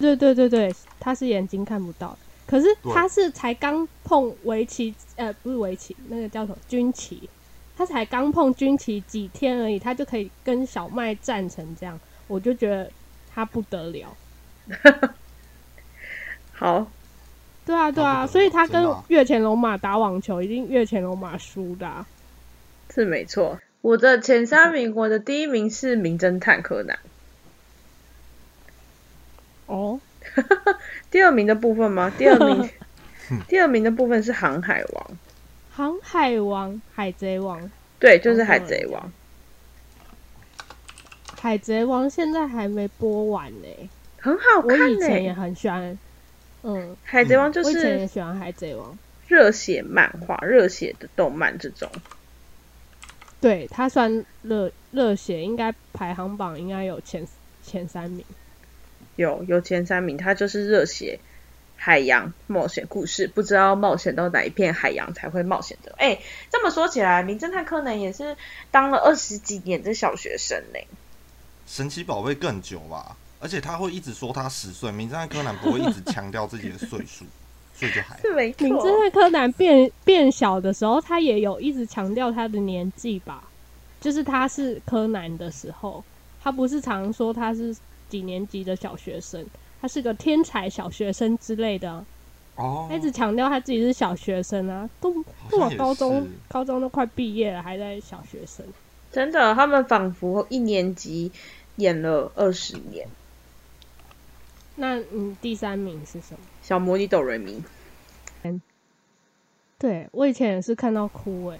Speaker 2: 对对对对，他是眼睛看不到的，可是
Speaker 1: 对
Speaker 2: 他是才刚碰围棋，呃，不是围棋，那个叫什么军棋，他才刚碰军棋几天而已，他就可以跟小麦战成这样，我就觉得他不得了。
Speaker 3: 好，
Speaker 2: 对啊，对
Speaker 1: 他不得
Speaker 2: 啊，
Speaker 1: 了
Speaker 2: 所以他
Speaker 1: 真
Speaker 2: 跟
Speaker 1: 的啊
Speaker 2: 月前龙马打网球，一定月前龙马输的啊、
Speaker 3: 是没错。我的前三名，我的第一名是《名侦探柯南》，
Speaker 1: 啊
Speaker 2: 哦，
Speaker 3: 第二名的部分吗？第二名，第二名的部分是《航海王》，
Speaker 2: 航海王、海贼王、
Speaker 3: 对，就是《海贼王》。
Speaker 2: 海贼王现在还没播完呢、
Speaker 3: 很好
Speaker 2: 我
Speaker 3: 看
Speaker 2: 以
Speaker 3: 呢、
Speaker 2: 前也很喜欢，嗯，
Speaker 3: 海贼王就
Speaker 2: 我以前也
Speaker 3: 是
Speaker 2: 喜欢海贼王，
Speaker 3: 热血漫画、热血的动漫这种。
Speaker 2: 对他算热热血，应该排行榜应该有前前三名。
Speaker 3: 有有前三名，它就是热血海洋冒险故事，不知道冒险到哪一片海洋才会冒险的。哎，这么说起来，名侦探柯南也是当了二十几年的小学生呢。
Speaker 1: 神奇宝贝更久吧，而且他会一直说他十岁，名侦探柯南不会一直强调自己的岁 数，所以就还好
Speaker 3: 是没错，
Speaker 2: 名侦探柯南变变小的时候，他也有一直强调他的年纪吧，就是他是柯南的时候，他不是常说他是几年级的小学生，他是个天才小学生之类的啊，
Speaker 1: 哦
Speaker 2: 他一直强调他自己是小学生啊，都都
Speaker 1: 像
Speaker 2: 我
Speaker 1: 也
Speaker 2: 高中
Speaker 1: 是
Speaker 2: 高中都快毕业了，还在小学生。
Speaker 3: 真的，他们仿佛一年级演了二十年。
Speaker 2: 那你第三名是什么？
Speaker 3: 小魔女斗瑞咪，
Speaker 2: 对我以前也是看到哭欸诶、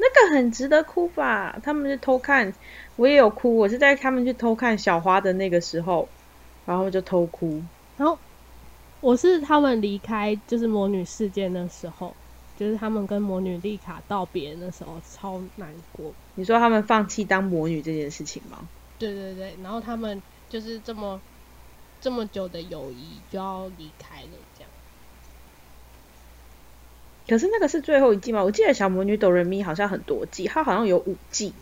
Speaker 3: 那个很值得哭吧？他们去偷看，我也有哭，我是在他们去偷看小花的那个时候，然后就偷哭。
Speaker 2: 然后我是他们离开就是魔女世界那时候，就是他们跟魔女丽卡道别那时候超难过。
Speaker 3: 你说他们放弃当魔女这件事情吗？
Speaker 2: 对对对，然后他们就是这么这么久的友谊就要离开了，这样。
Speaker 3: 可是那个是最后一季吗？我记得《小魔女斗人咪》好像很多季，它好像有五季。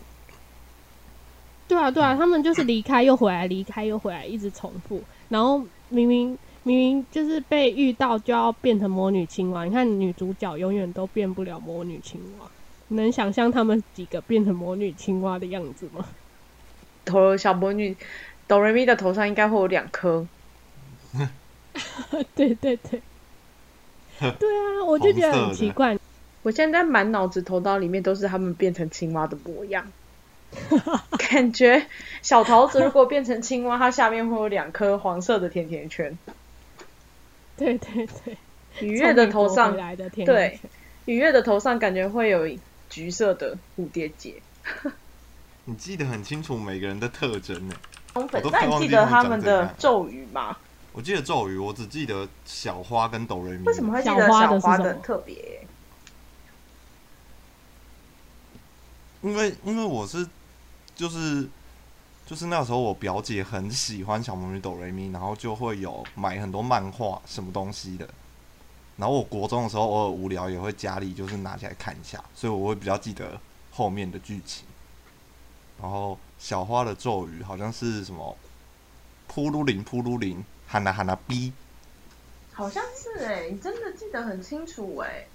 Speaker 2: 对啊对啊，他们就是离开又回来，离开又回来，一直重复。然后明明明明就是被遇到就要变成魔女青蛙，你看女主角永远都变不了魔女青蛙。你能想象他们几个变成魔女青蛙的样子吗？
Speaker 3: 头小魔女斗人咪的头上应该会有两颗，
Speaker 2: 对对 对，对啊，我就觉得很奇怪。
Speaker 3: 我现在满脑子头脑里面都是他们变成青蛙的模样，感觉小桃子如果变成青蛙，它下面会有两颗黄色的甜甜圈。
Speaker 2: 对对对，
Speaker 3: 愉
Speaker 2: 愉
Speaker 3: 悦的头上
Speaker 2: 来的甜
Speaker 3: 对
Speaker 2: 甜圈
Speaker 3: 愉悦的头上感觉会有橘色的蝴蝶结。
Speaker 1: 你记得很清楚每个人的特征呢。我都
Speaker 3: 那
Speaker 1: 快
Speaker 3: 你
Speaker 1: 忘
Speaker 3: 记
Speaker 1: 记
Speaker 3: 得
Speaker 1: 他
Speaker 3: 他
Speaker 1: 们长
Speaker 3: 们
Speaker 1: 怎样
Speaker 3: 的咒语吗？
Speaker 1: 我记得咒语，我只记得小花跟哆瑞咪。
Speaker 3: 为什么会记
Speaker 2: 小
Speaker 3: 得
Speaker 2: 嗯花的
Speaker 3: 小
Speaker 2: 是
Speaker 3: 花
Speaker 2: 什
Speaker 3: 的
Speaker 2: 么
Speaker 3: 特别耶？
Speaker 1: 因为因为我是就是就是那时候我表姐很喜欢小魔女哆瑞咪，然后就会有买很多漫画什么东西的。然后我国中的时候偶尔无聊也会家里就是拿起来看一下，所以我会比较记得后面的剧情。然后小花的咒语好像是什么“扑噜林扑噜林”，喊啊啦喊啦逼。
Speaker 3: 好像是哎、你真的记得很清楚哎、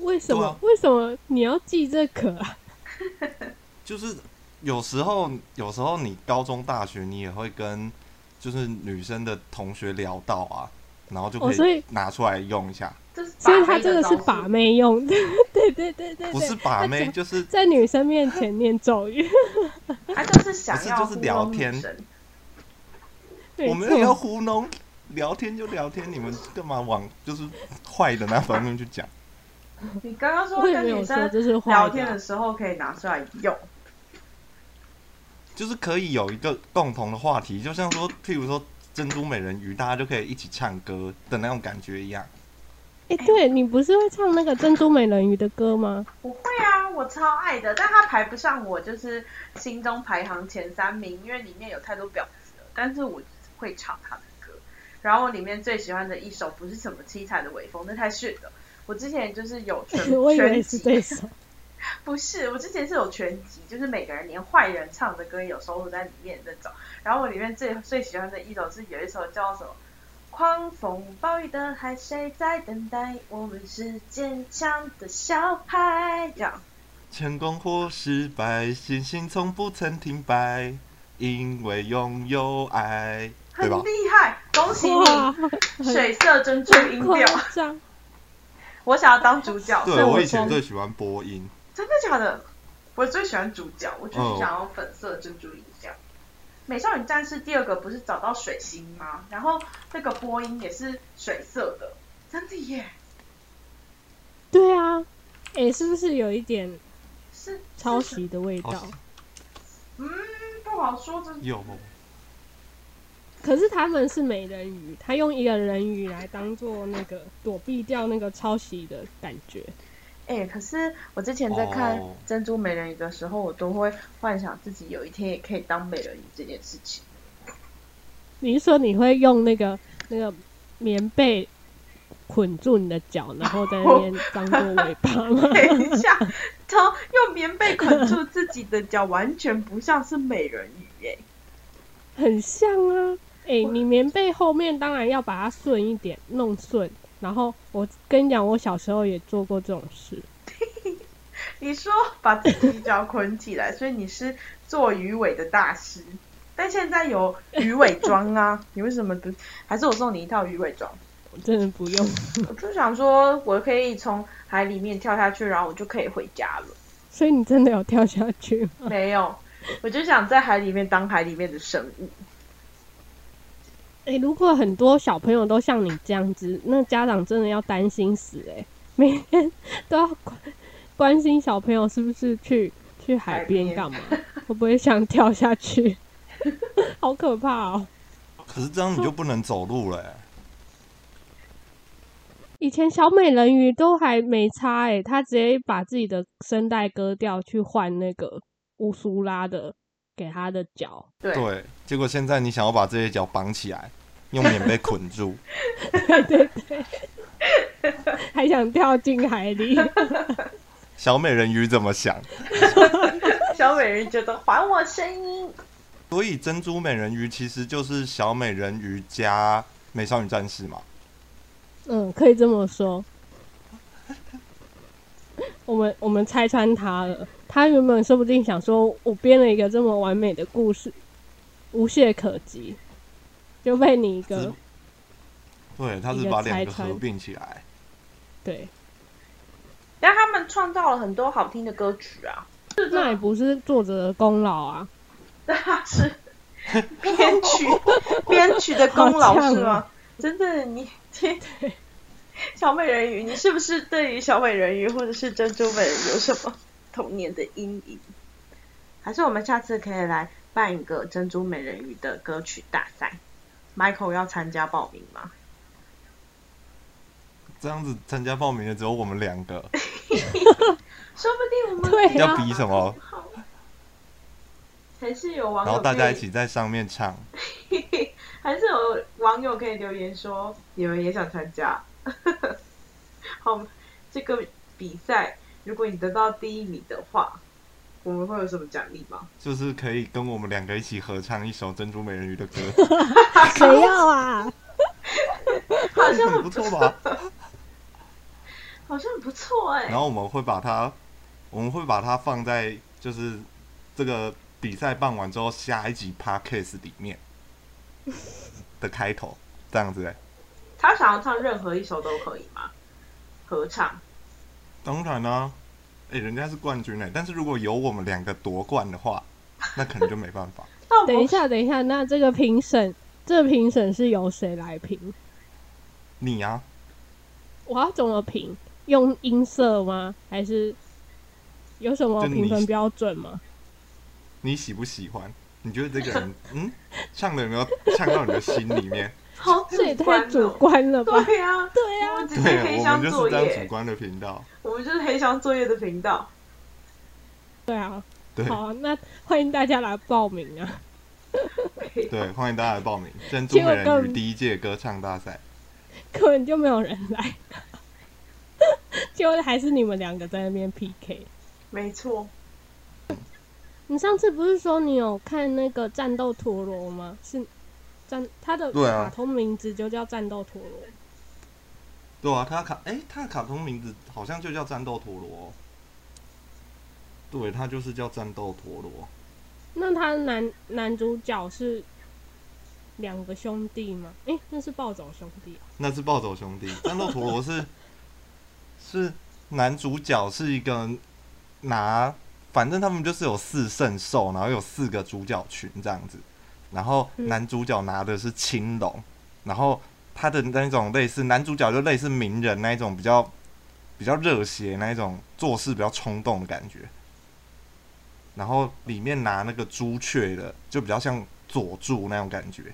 Speaker 2: 为什么、
Speaker 1: 对啊
Speaker 2: 为什么你要记这个啊？
Speaker 1: 就是有时候，有时候你高中、大学，你也会跟就是女生的同学聊到啊，然后就
Speaker 2: 哦
Speaker 1: 可
Speaker 2: 所以
Speaker 1: 拿出来用一下，
Speaker 3: 这是
Speaker 2: 所以
Speaker 3: 把
Speaker 2: 他
Speaker 3: 妹
Speaker 2: 这个
Speaker 3: 的
Speaker 2: 是
Speaker 3: 招数
Speaker 2: 把妹用的，对对对对
Speaker 1: 不
Speaker 2: 对
Speaker 1: 是，把
Speaker 2: 他
Speaker 1: 妹，
Speaker 2: 讲
Speaker 1: 就是
Speaker 2: 在女生面前念咒语，
Speaker 3: 他就是想
Speaker 1: 不是
Speaker 3: 要
Speaker 1: 就是
Speaker 3: 糊
Speaker 1: 聊
Speaker 3: 弄女
Speaker 1: 天
Speaker 3: 生
Speaker 2: 没
Speaker 1: 我们也要
Speaker 2: 错，
Speaker 1: 糊弄，聊天就聊天，你们干嘛往就是坏的那方面去讲？
Speaker 3: 你刚刚说
Speaker 2: 我也
Speaker 3: 跟
Speaker 2: 没
Speaker 3: 女
Speaker 2: 有说
Speaker 3: 生
Speaker 2: 这是坏
Speaker 3: 聊
Speaker 2: 的
Speaker 3: 天的
Speaker 2: 啊，
Speaker 3: 时候可以拿出来用，
Speaker 1: 就是可以有一个共同的话题，就像说，譬如说珍珠美人鱼，大家就可以一起唱歌的那种感觉一样。
Speaker 2: 哎、对你不是会唱那个珍珠美人鱼的歌吗？
Speaker 3: 我会啊，我超爱的，但它排不上我就是心中排行前三名，因为里面有太多婊子了。但是我会唱他的歌，然后我里面最喜欢的一首不是什么七彩的微风，那太逊了。我之前就是有全
Speaker 2: 我以为
Speaker 3: 全
Speaker 2: 是
Speaker 3: 集，
Speaker 2: 这首，
Speaker 3: 不是，我之前是有全集，就是每个人连坏人唱的歌也有收录在里面那种。然后我里面最最喜欢的一首是有一首叫什么？狂风暴雨的海，谁在等待？我们是坚强的小孩。这样，
Speaker 1: 成功或失败，信心从不曾停摆，因为拥有爱，对
Speaker 3: 很
Speaker 1: 吧？
Speaker 3: 厉害，恭喜
Speaker 2: 哇，
Speaker 3: 你！
Speaker 2: 很
Speaker 3: 水色珍珠音
Speaker 2: 夸
Speaker 3: 调，
Speaker 2: 张，
Speaker 3: 我想要当主角，所
Speaker 1: 对，
Speaker 3: 以
Speaker 1: 我
Speaker 3: 我
Speaker 1: 以前
Speaker 2: 疯
Speaker 1: 最喜欢播音，
Speaker 3: 真的假的？我最喜欢主角，我就是
Speaker 1: 哦
Speaker 3: 想要粉色珍珠林这样。美少女战士第二个不是找到水星吗？然后那个波音也是水色的，真的耶，
Speaker 2: 对啊，诶，是不是有一点
Speaker 3: 是
Speaker 2: 抄
Speaker 3: 是
Speaker 2: 袭的味
Speaker 1: 好
Speaker 2: 道？
Speaker 3: 嗯，不好说，这
Speaker 1: 哦有
Speaker 2: 可是他们是美人鱼，他用一个人鱼来当做那个躲避掉那个抄袭的感觉。
Speaker 3: 哎、可是我之前在看《
Speaker 1: 哦
Speaker 3: 珍珠美人鱼》的时候，我都会幻想自己有一天也可以当美人鱼这件事情。
Speaker 2: 你是说你会用那个那个棉被捆住你的脚，然后在那边当做尾巴吗？
Speaker 3: 等一下，他用棉被捆住自己的脚，完全不像是美人鱼耶、
Speaker 2: 很像啊。 哎、你棉被后面当然要把它顺一点，弄顺。然后我跟你讲，我小时候也做过这种事。
Speaker 3: 你说把自己脚捆起来，所以你是做鱼尾的大师。但现在有鱼尾装啊，你为什么不？还是我送你一套鱼尾装？
Speaker 2: 我真的不用，
Speaker 3: 我就想说，我可以从海里面跳下去，然后我就可以回家了。
Speaker 2: 所以你真的有跳下去吗？
Speaker 3: 没有，我就想在海里面当海里面的生物。
Speaker 2: 哎、如果很多小朋友都像你这样子，那家长真的要担心死哎、每天 都要关关心小朋友是不是去去海边干嘛， 会不会想跳下去， 好可怕哦！
Speaker 1: 可是这样你就不能走路了、欸。
Speaker 2: 以前小美人鱼都还没差哎、欸，她直接把自己的声带割掉去换那个乌苏拉的给她的脚，
Speaker 3: 对，
Speaker 1: 对，结果现在你想要把这些脚绑起来，用棉被捆 住，
Speaker 2: 还想跳进海里。
Speaker 1: 小美人鱼怎么想？
Speaker 3: 小美人觉得还我声音。
Speaker 1: 所以珍珠美人鱼其实就是小美人鱼加美少女战士嘛。
Speaker 2: 嗯，可以这么说。 我们我们拆穿他了，他原本说不定想说，我编了一个这么完美的故事，无懈可击，就被你一
Speaker 1: 只
Speaker 2: 个
Speaker 1: 对，他是把两个合并起来。
Speaker 2: 对，
Speaker 3: 但他们创造了很多好听的歌曲啊，
Speaker 2: 那也不是作者的功劳啊。
Speaker 3: 是编曲编曲的功劳
Speaker 2: 好呛哦
Speaker 3: 是吗？真的，你你小美人鱼，你是不是对于小美人鱼或者是珍珠美人鱼有什么童年的阴影？还是我们下次可以来办一个珍珠美人鱼的歌曲大赛？Michael 要参加报名吗？
Speaker 1: 这样子参加报名的只有我们两个，
Speaker 3: 说不定我们
Speaker 2: 对
Speaker 3: 可以
Speaker 1: 要比什 么？
Speaker 3: 还是有网
Speaker 1: 然
Speaker 3: 友
Speaker 1: 后大家
Speaker 3: 可以
Speaker 1: 一起在上面唱。
Speaker 3: 还是有网友可以留言说你们也想参加。 好，这个比赛，如果你得到第一名的话，我们会有什么奖励吗？
Speaker 1: 就是可以跟我们两个一起合唱一首《珍珠美人鱼》的歌，
Speaker 2: 谁要啊？
Speaker 3: 好像
Speaker 1: 很不错吧？
Speaker 3: 好像很不错哎、
Speaker 1: 然后我们会把它，我们会把它放在就是这个比赛办完之后下一集 podcast 里面的开头，这样子、欸。
Speaker 3: 他想要唱任何一首都可以吗？合唱
Speaker 1: 当然啦、啊，哎、人家是冠军哎、但是如果有我们两个夺冠的话，那可能就没办法。
Speaker 3: 倒
Speaker 2: 等一
Speaker 3: 不
Speaker 2: 下，等一下，那这个评审，这个评审是由谁来评？
Speaker 1: 你啊，
Speaker 2: 我要怎么评？用音色吗？还是有什么
Speaker 1: 就你
Speaker 2: 评分标准吗？
Speaker 1: 你喜不喜欢？你觉得这个人，嗯，唱的有没有唱到你的心里 面？
Speaker 3: 好主
Speaker 2: 这也
Speaker 3: 观
Speaker 2: 太
Speaker 3: 哦
Speaker 2: 主。观了吧？
Speaker 3: 对呀、
Speaker 2: 对啊
Speaker 3: 我们只是
Speaker 1: 对，啊
Speaker 3: 黑
Speaker 1: 我们
Speaker 3: 箱
Speaker 1: 就是
Speaker 3: 作
Speaker 1: 这样主
Speaker 3: 业，
Speaker 1: 观的频道。
Speaker 3: 我们就是黑箱作业的频道。
Speaker 2: 对啊，
Speaker 1: 对
Speaker 2: 好啊，那欢迎大家来报名啊！
Speaker 1: 对，欢迎大家来报名《珍珠美
Speaker 2: 结果
Speaker 1: 人鱼
Speaker 2: 更》
Speaker 1: 第一届歌唱大赛。
Speaker 2: 根本就没有人来， 结果还是你们两个在那边 PK。
Speaker 3: 没错，
Speaker 2: 你上次不是说你有看那个战斗陀螺吗？是战，它的
Speaker 1: 对啊
Speaker 2: 卡通名字就叫战斗陀螺。
Speaker 1: 对啊，他的卡哎、他的卡通名字好像就叫战斗陀螺哦。对，他就是叫战斗陀螺。
Speaker 2: 那他男男主角是两个兄弟吗？诶、那是暴走兄弟啊、
Speaker 1: 那是暴走兄弟，战斗陀螺是是男主角是一个拿反正他们就是有四圣兽，然后有四个主角群这样子，然后
Speaker 2: 嗯
Speaker 1: 男主角拿的是青龙，然后他的那种类似男主角就类似名人那一种比较比较热血那一种做事比较冲动的感觉，然后里面拿那个朱雀的就比较像佐助那种感觉，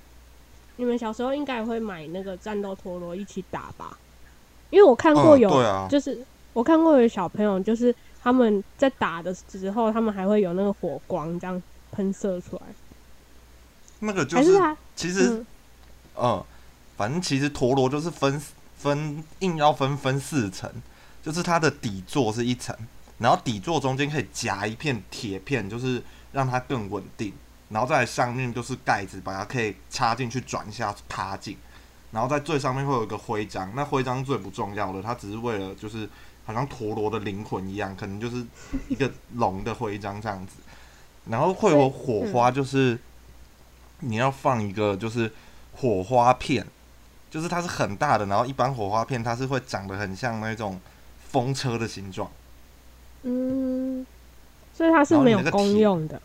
Speaker 2: 你们小时候应该也会买那个战斗陀螺一起打吧？因为我看过
Speaker 1: 嗯，
Speaker 2: 有，
Speaker 1: 对啊，
Speaker 2: 就是我看过有小朋友，就是他们在打的时候，他们还会有那个火光这样喷射出来，
Speaker 1: 那个就
Speaker 2: 还是他
Speaker 1: 其实
Speaker 2: 嗯
Speaker 1: 嗯，反正其实陀螺就是分分硬要分分四层，就是它的底座是一层，然后底座中间可以夹一片铁片，就是让它更稳定，然后再来上面就是盖子，把它可以插进去转一下卡紧，然后在最上面会有一个徽章，那徽章最不重要的，它只是为了就是好像陀螺的灵魂一样，可能就是一个龙的徽章这样子，然后会有火花，就是你要放一个就是火花片，就是它是很大的，然后一般火花片它是会长得很像那种风车的形状。
Speaker 2: 嗯，所以它是
Speaker 1: 然后
Speaker 2: 没
Speaker 1: 你
Speaker 2: 有
Speaker 1: 那个
Speaker 2: 公
Speaker 1: 铁
Speaker 2: 用的，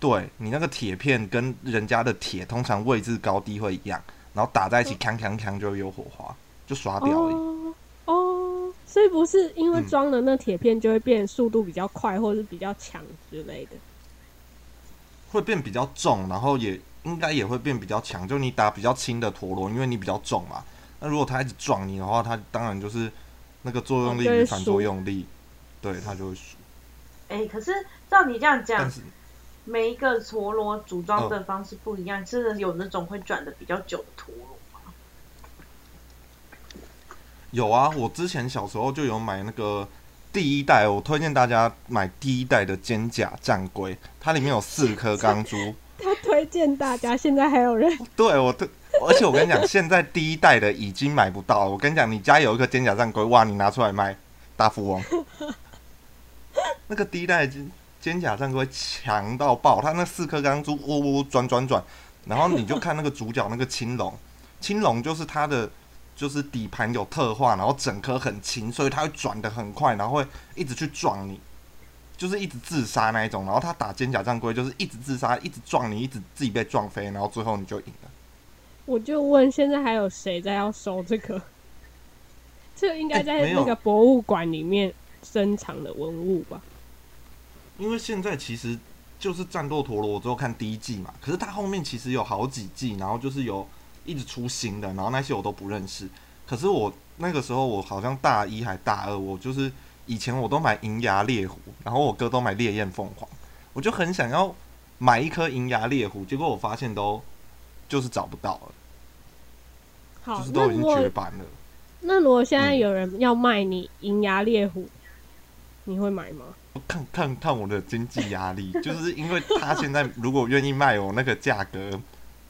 Speaker 1: 对你那个铁片跟人家的铁通常位置高低会一样，然后打在一起，锵锵锵就会有火花，就耍屌而已。
Speaker 2: 哦哦，所以不是因为
Speaker 1: 嗯
Speaker 2: 装了那铁片就会变速度比较快，或是比较强之类的。
Speaker 1: 会变比较重，然后也应该也会变比较强。就你打比较轻的陀螺，因为你比较重嘛。那如果它一直撞你的话，它当然就是那个作用力
Speaker 2: 哦就会
Speaker 1: 与反作用力，对它就会输。
Speaker 3: 哎、可是照你这样
Speaker 1: 但
Speaker 3: 讲，
Speaker 1: 是
Speaker 3: 每一个陀螺组装的方式不一样，真的有那种会转的比较久的陀 螺吗？
Speaker 1: 有啊，我之前小时候就有买那个第一代，我推荐大家买第一代的肩甲战龟，它里面有四颗钢珠。
Speaker 2: 他推荐大家，现在还有人
Speaker 1: 对我推，而且我跟你讲，现在第一代的已经买不到了。我跟你讲，你家有一个肩甲战龟，哇，你拿出来卖，大富翁。那个第一代的肩肩甲战龟强到爆，它那四颗钢珠呜呜呜转转转，然后你就看那个主角那个青龙，青龙就是它的就是底盘有特化，然后整颗很轻，所以它会转得很快，然后会一直去撞你。就是一直自杀那一种，然后它打肩甲战龟就是一直自杀，一直撞你，一直自己被撞飞，然后最后你就赢了。
Speaker 2: 我就问，现在还有谁在要收这个？这应该
Speaker 1: 哎
Speaker 2: 在
Speaker 1: 没有
Speaker 2: 那个博物馆里面珍藏的文物吧？
Speaker 1: 因为现在其实就是战斗陀螺，我只有看第一季嘛，可是它后面其实有好几季，然后就是有一直出新的，然后那些我都不认识。可是我那个时候我好像大一还大二，我就是以前我都买银牙猎虎，然后我哥都买烈焰凤凰，我就很想要买一颗银牙猎虎，结果我发现都就是找不到了，
Speaker 2: 好
Speaker 1: 就是，
Speaker 2: 那
Speaker 1: 都已
Speaker 2: 如
Speaker 1: 经
Speaker 2: 果
Speaker 1: 绝版了。
Speaker 2: 那如果现在
Speaker 1: 嗯
Speaker 2: 有人要卖你银牙猎虎，你会买吗？
Speaker 1: 看看看我的经济压力，就是因为他现在如果愿意卖我那个价格，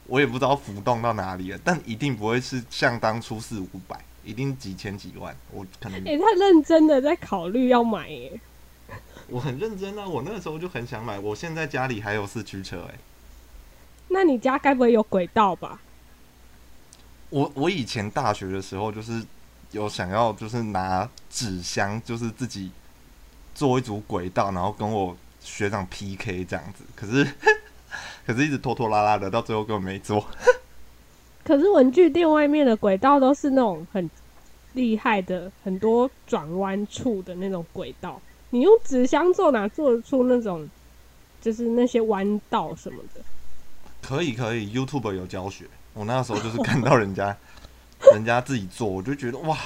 Speaker 1: 我也不知道浮动到哪里了，但一定不会是像当初四五百，一定几千几万。我可
Speaker 2: 诶、
Speaker 1: 能
Speaker 2: 哎他认真的在考虑要买耶、
Speaker 1: 我很认真啊，我那个时候就很想买，我现在家里还有四驱车哎、
Speaker 2: 那你家该不会有轨道吧？
Speaker 1: 我我以前大学的时候就是有想要就是拿纸箱，就是自己做一组轨道，然后跟我学长 PK 这样子，可是 可是一直拖拖拉拉的，到最后根本没做。
Speaker 2: 可是文具店外面的轨道都是那种很厉害的，很多转弯处的那种轨道，你用纸箱做哪做得出那种，就是那些弯道什么的？
Speaker 1: 可以可以，YouTube 有教学。我那时候就是看到人家 人家自己做，我就觉得哇，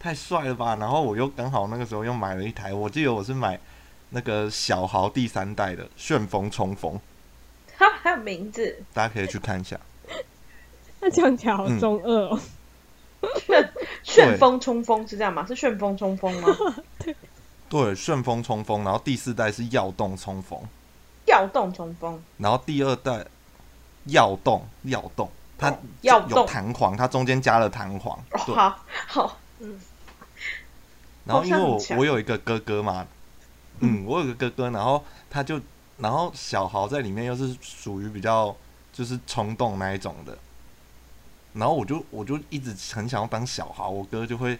Speaker 1: 太帅了吧！然后我又刚好那个时候又买了一台，我记得我是买那个小豪第三代的旋风冲锋，
Speaker 3: 它还有名字，
Speaker 1: 大家可以去看一下。
Speaker 2: 那讲起来好
Speaker 1: 嗯
Speaker 2: 中二哦。
Speaker 3: 旋风冲锋是这样吗？是旋风冲锋吗？
Speaker 1: 对，旋风冲锋，然后第四代是耀动冲锋，
Speaker 3: 调动冲锋，
Speaker 1: 然后第二代耀动耀动，它
Speaker 3: 哦耀
Speaker 1: 有
Speaker 3: 动，
Speaker 1: 弹簧，它中间加了弹簧。
Speaker 3: 哦
Speaker 1: 对，
Speaker 3: 好好，
Speaker 1: 然后因为
Speaker 3: 好像
Speaker 1: 我
Speaker 3: 很强
Speaker 1: 我有一个哥哥嘛，嗯，我有个哥哥，然后他就，然后小豪在里面又是属于比较就是冲动那一种的，然后我就我就一直很想要当小豪，我哥就会，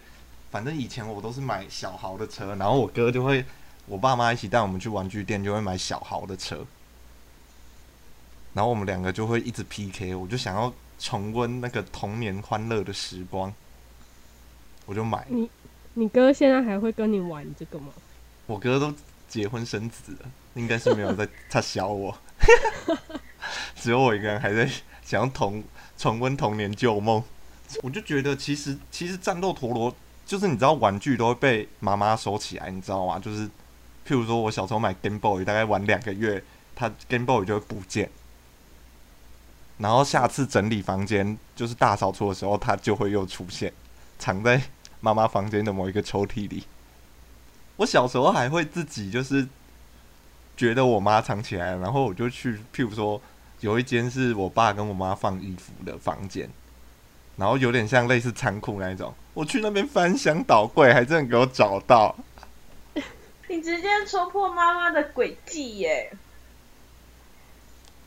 Speaker 1: 反正以前我都是买小豪的车，然后我哥就会我爸妈一起带我们去玩具店，就会买小豪的车，然后我们两个就会一直 PK，我就想要重温那个童年欢乐的时光，我就买。
Speaker 2: 你哥现在还会跟你玩这个吗？
Speaker 1: 我哥都结婚生子了，应该是没有在他小我， 只有我一个人还在想要童重温童年旧梦。我就觉得其实其实战斗陀螺就是你知道玩具都会被妈妈收起来，你知道吗？就是譬如说我小时候买 Game Boy，大概玩两个月，它 Game Boy 就会不见。然后下次整理房间，就是大扫除的时候，它就会又出现，藏在妈妈房间的某一个抽屉里。我小时候还会自己就是觉得我妈藏起来了，然后我就去，譬如说有一间是我爸跟我妈放衣服的房间，然后有点像类似仓库那一种，我去那边翻箱倒柜，还真的给我找到。
Speaker 3: 你直接戳破妈妈的诡计耶！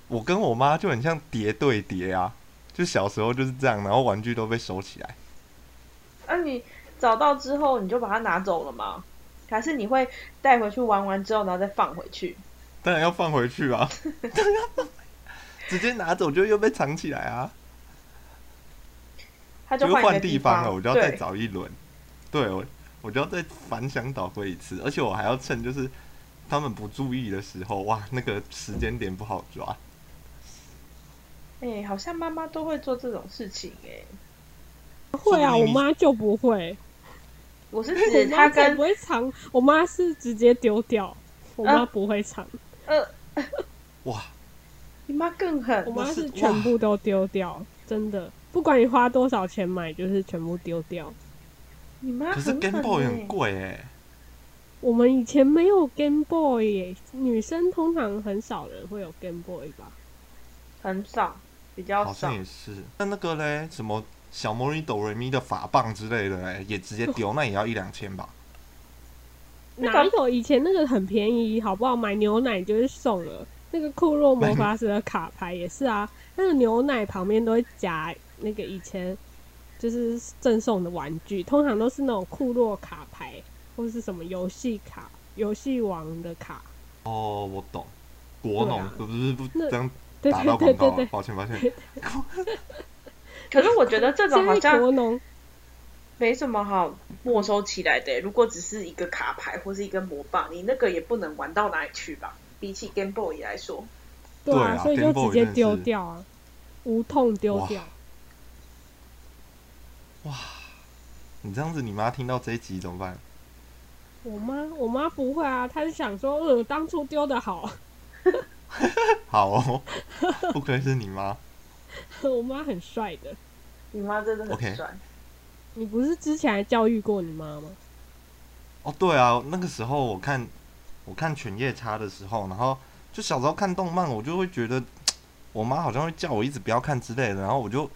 Speaker 1: 我跟我妈就很像叠对叠啊，就小时候就是这样，然后玩具都被收起来。
Speaker 3: 那、啊你找到之后，你就把它拿走了吗？还是你会带回去玩完之后，然后再放回去？
Speaker 1: 当然要放回去啊， 当然要放回直接拿走就又被藏起来啊。
Speaker 3: 他
Speaker 1: 就
Speaker 3: 就
Speaker 1: 会
Speaker 3: 换一
Speaker 1: 换
Speaker 3: 个
Speaker 1: 地
Speaker 3: 方
Speaker 1: 方了，我就要再
Speaker 3: 对
Speaker 1: 找一轮。对，我我就要再反想倒过一次，而且我还要趁就是他们不注意的时候，哇，那个时间点不好抓。
Speaker 3: 哎、好像妈妈都会做这种事情哎、
Speaker 2: 会
Speaker 1: 说不
Speaker 2: 啊，我
Speaker 1: 定你
Speaker 2: 妈就不会，
Speaker 3: 我 是
Speaker 2: 我
Speaker 3: 指
Speaker 2: 妈
Speaker 3: 他
Speaker 2: 才
Speaker 3: 跟
Speaker 2: 不会藏，我妈是直接丢掉，我妈
Speaker 3: 啊
Speaker 2: 不会藏，
Speaker 3: 呃，
Speaker 1: 哇，
Speaker 3: 啊你妈更狠
Speaker 2: 我，妈
Speaker 1: 那是
Speaker 2: 是全部都丢掉，真的，不管你花多少钱买，就是全部丢掉。
Speaker 3: 你妈
Speaker 1: 可是
Speaker 3: 很
Speaker 1: Game
Speaker 3: 狠
Speaker 1: Boy
Speaker 3: 欸
Speaker 1: 很贵哎、
Speaker 2: 我们以前没有 Game Boy，耶女生通常很少人会有 Game Boy 吧？
Speaker 3: 很少，比较
Speaker 1: 好
Speaker 3: 少
Speaker 1: 像。也是。那那个嘞，什么小魔女哆瑞咪的法棒之类的嘞，也直接丢，那也要一两千吧？
Speaker 3: 那个
Speaker 2: 哪有以前那个很便宜，好不好？买牛奶就是送了。那个库洛魔法使的卡牌也是啊，那个牛奶旁边都会夹那个以前就是赠送的玩具，通常都是那种库洛卡牌或是什么游戏卡、游戏王的卡。
Speaker 1: 哦，我懂。国
Speaker 2: 对
Speaker 1: 农、
Speaker 2: 啊
Speaker 1: 不不是不
Speaker 2: 那
Speaker 1: 这样
Speaker 2: 对
Speaker 1: 打到
Speaker 2: 对对
Speaker 1: 广告
Speaker 2: 对
Speaker 1: 了，
Speaker 2: 对，
Speaker 1: 抱歉抱歉。
Speaker 3: 可是我觉得 这种好
Speaker 2: 现在
Speaker 3: 像
Speaker 2: 国农
Speaker 3: 没什么好没收起来的欸、如果只是一个卡牌或是一根魔棒，你那个也不能玩到哪里去吧？比起 Game Boy 来说，
Speaker 2: 对
Speaker 1: 对
Speaker 2: 啊，
Speaker 1: 啊
Speaker 2: 所以
Speaker 1: Game
Speaker 2: 就
Speaker 1: Boy
Speaker 2: 直接
Speaker 1: 真的是
Speaker 2: 丢掉啊，无痛丢
Speaker 1: 哇
Speaker 2: 掉。
Speaker 1: 你这样子，你妈听到这一集怎么办？
Speaker 2: 我妈我妈不会啊，她是想说，呃，当初丢的好。
Speaker 1: 好哦，不愧是你妈。
Speaker 2: 我妈很帅的。
Speaker 3: 你妈真的
Speaker 1: OK
Speaker 3: 很帅。
Speaker 2: 你不是之前还教育过你妈吗？
Speaker 1: 哦，对啊，那个时候我看我看《犬夜叉》的时候，然后就小时候看动漫，我就会觉得我妈好像会叫我一直不要看之类的，然后我就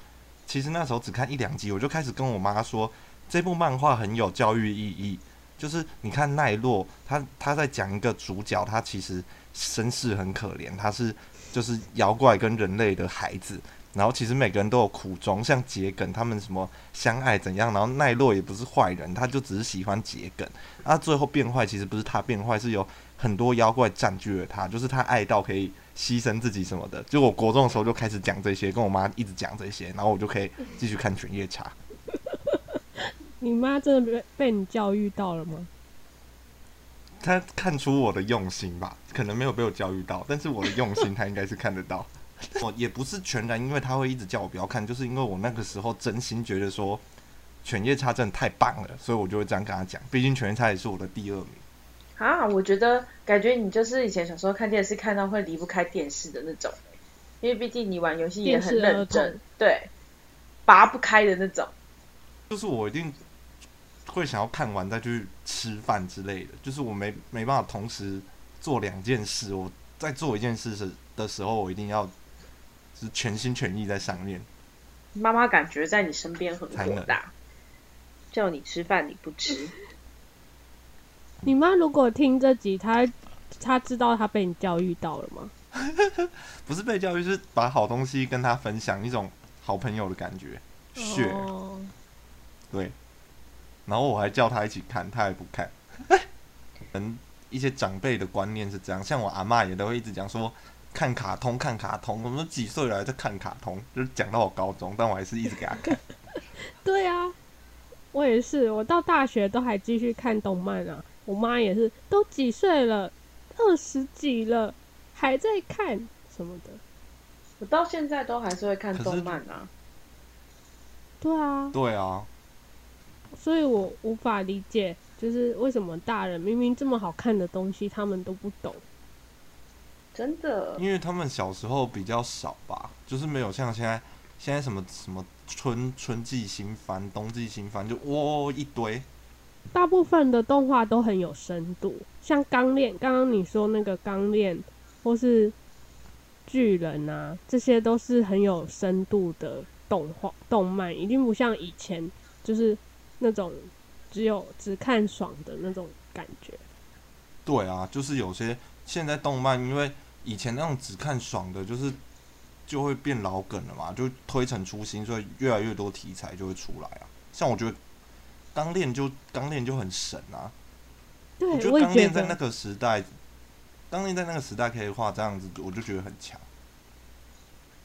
Speaker 1: 其实那时候只看一两集，我就开始跟我妈说这部漫画很有教育意义，就是你看奈落，他他在讲一个主角，他其实身世很可怜，他是就是妖怪跟人类的孩子。然后其实每个人都有苦衷，像桔梗他们什么相爱怎样，然后奈落也不是坏人，他就只是喜欢桔梗。那啊最后变坏，其实不是他变坏，是有很多妖怪占据了他，就是他爱到可以牺牲自己什么的。就我国中的时候就开始讲这些，跟我妈一直讲这些，然后我就可以继续看《犬夜叉》。
Speaker 2: 你妈真的被被你教育到了吗？
Speaker 1: 她看出我的用心吧，可能没有被我教育到，但是我的用心她应该是看得到。 我也不是全然因为她会一直叫我不要看，就是因为我那个时候真心觉得说《犬夜叉》真的太棒了，所以我就会这样跟她讲。毕竟《犬夜叉》也是我的第二名。
Speaker 3: 啊，我觉得感觉你就是以前小时候看电视看到会离不开电视的那种，因为毕竟你玩游戏也很认
Speaker 1: 哦
Speaker 2: 电视儿童
Speaker 3: 真，对，拔不开的那种。
Speaker 1: 就是我一定会想要看完再去吃饭之类的，就是我没没办法同时做两件事。我在做一件事时的时候，我一定要是全心全意在上面。
Speaker 3: 妈妈感觉在你身边很
Speaker 1: 才
Speaker 3: 火
Speaker 1: 能
Speaker 3: 大，叫你吃饭你不吃，
Speaker 2: 你妈如果听这集，她她知道她被你教育到了吗？
Speaker 1: 不是被教育，是把好东西跟他分享，一种好朋友的感觉。血、
Speaker 2: 哦，
Speaker 1: 对，然后我还叫他一起看，他也不看。可能一些长辈的观念是这样，像我阿嬷也都会一直讲说看卡通看卡通，我们都几岁了还在看卡通，就是讲到我高中，但我还是一直给她看。
Speaker 2: 对啊，我也是，我到大学都还继续看动漫啊。我妈也是，都几岁了，二十几了，还在看什么的。
Speaker 3: 我到现在都还是会看
Speaker 1: 可是
Speaker 3: 动漫啊。
Speaker 2: 对啊，
Speaker 1: 对啊，
Speaker 2: 所以我无法理解，就是为什么大人明明这么好看的东西，他们都不懂。
Speaker 3: 真的，
Speaker 1: 因为他们小时候比较少吧，就是没有像现在现在什么什么春春季新番、冬季新番，就哇一堆。
Speaker 2: 大部分的动画都很有深度，像《钢炼》，刚刚你说那个《钢炼》，或是《巨人》啊，这些都是很有深度的动画动漫，一定不像以前就是那种只有只看爽的那种感觉。
Speaker 1: 对啊，就是有些现在动漫，因为以前那种只看爽的，就是就会变老梗了嘛，就推陈出新，所以越来越多题材就会出来啊。像我觉得《钢炼》就《钢炼》就很神啊，
Speaker 2: 对，
Speaker 1: 我觉
Speaker 2: 我
Speaker 1: 得
Speaker 2: 也
Speaker 1: 钢
Speaker 2: 觉
Speaker 1: 炼在那
Speaker 2: 得，
Speaker 1: 个时代，钢炼在那个时代可以画这样子，我就觉得很强。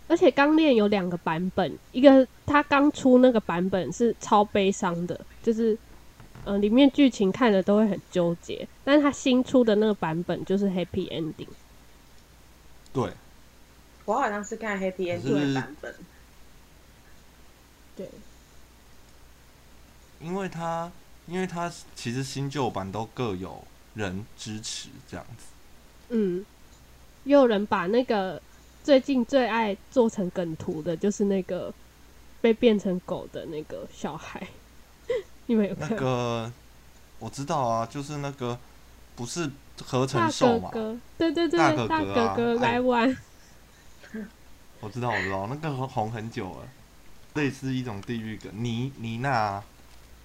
Speaker 2: 而且《钢炼》有两个版本，一个它刚出那个版本是超悲伤的，就是嗯、呃里面剧情看了都会很纠结，但是它新出的那个版本就是 Happy Ending。
Speaker 1: 对，
Speaker 3: 我好像是看
Speaker 1: 可
Speaker 3: Happy
Speaker 1: 是
Speaker 3: Ending 的版本。
Speaker 2: 对，
Speaker 1: 因为它因为它其实新旧版都各有人支持这样子。
Speaker 2: 嗯，也有人把那个最近最爱做成梗图的，就是那个被变成狗的那个小孩，你们有
Speaker 1: 那
Speaker 2: 看？
Speaker 1: 个我知道啊，就是那个不是合
Speaker 2: 大
Speaker 1: 成兽
Speaker 2: 哥
Speaker 1: 嘛，
Speaker 2: 哥，对对对，
Speaker 1: 大
Speaker 2: 大
Speaker 1: 哥哥啊
Speaker 2: 哥哥
Speaker 1: 哎
Speaker 2: 来玩，
Speaker 1: 我知道，我知道，那个红很久了，类似一种地狱梗。妮妮娜、啊，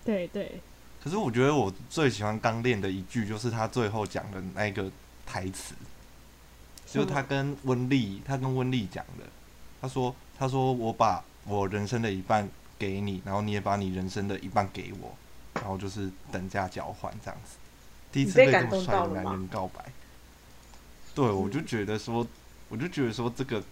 Speaker 2: 对对，
Speaker 1: 可是我觉得我最喜欢刚练的一句，就是他最后讲的那个台词，
Speaker 2: 什
Speaker 1: 就
Speaker 2: 么
Speaker 1: 是他跟温丽，他跟温丽讲的。他说：“他说我把我人生的一半给你，然后你也把你人生的一半给我，然后就是等价交换这样子。”第一次
Speaker 3: 你
Speaker 1: 被
Speaker 3: 被
Speaker 1: 这
Speaker 3: 感
Speaker 1: 么
Speaker 3: 动
Speaker 1: 帅
Speaker 3: 到
Speaker 1: 的
Speaker 3: 了
Speaker 1: 男
Speaker 3: 吗
Speaker 1: 人告白，对我就觉得说，我就觉得说这个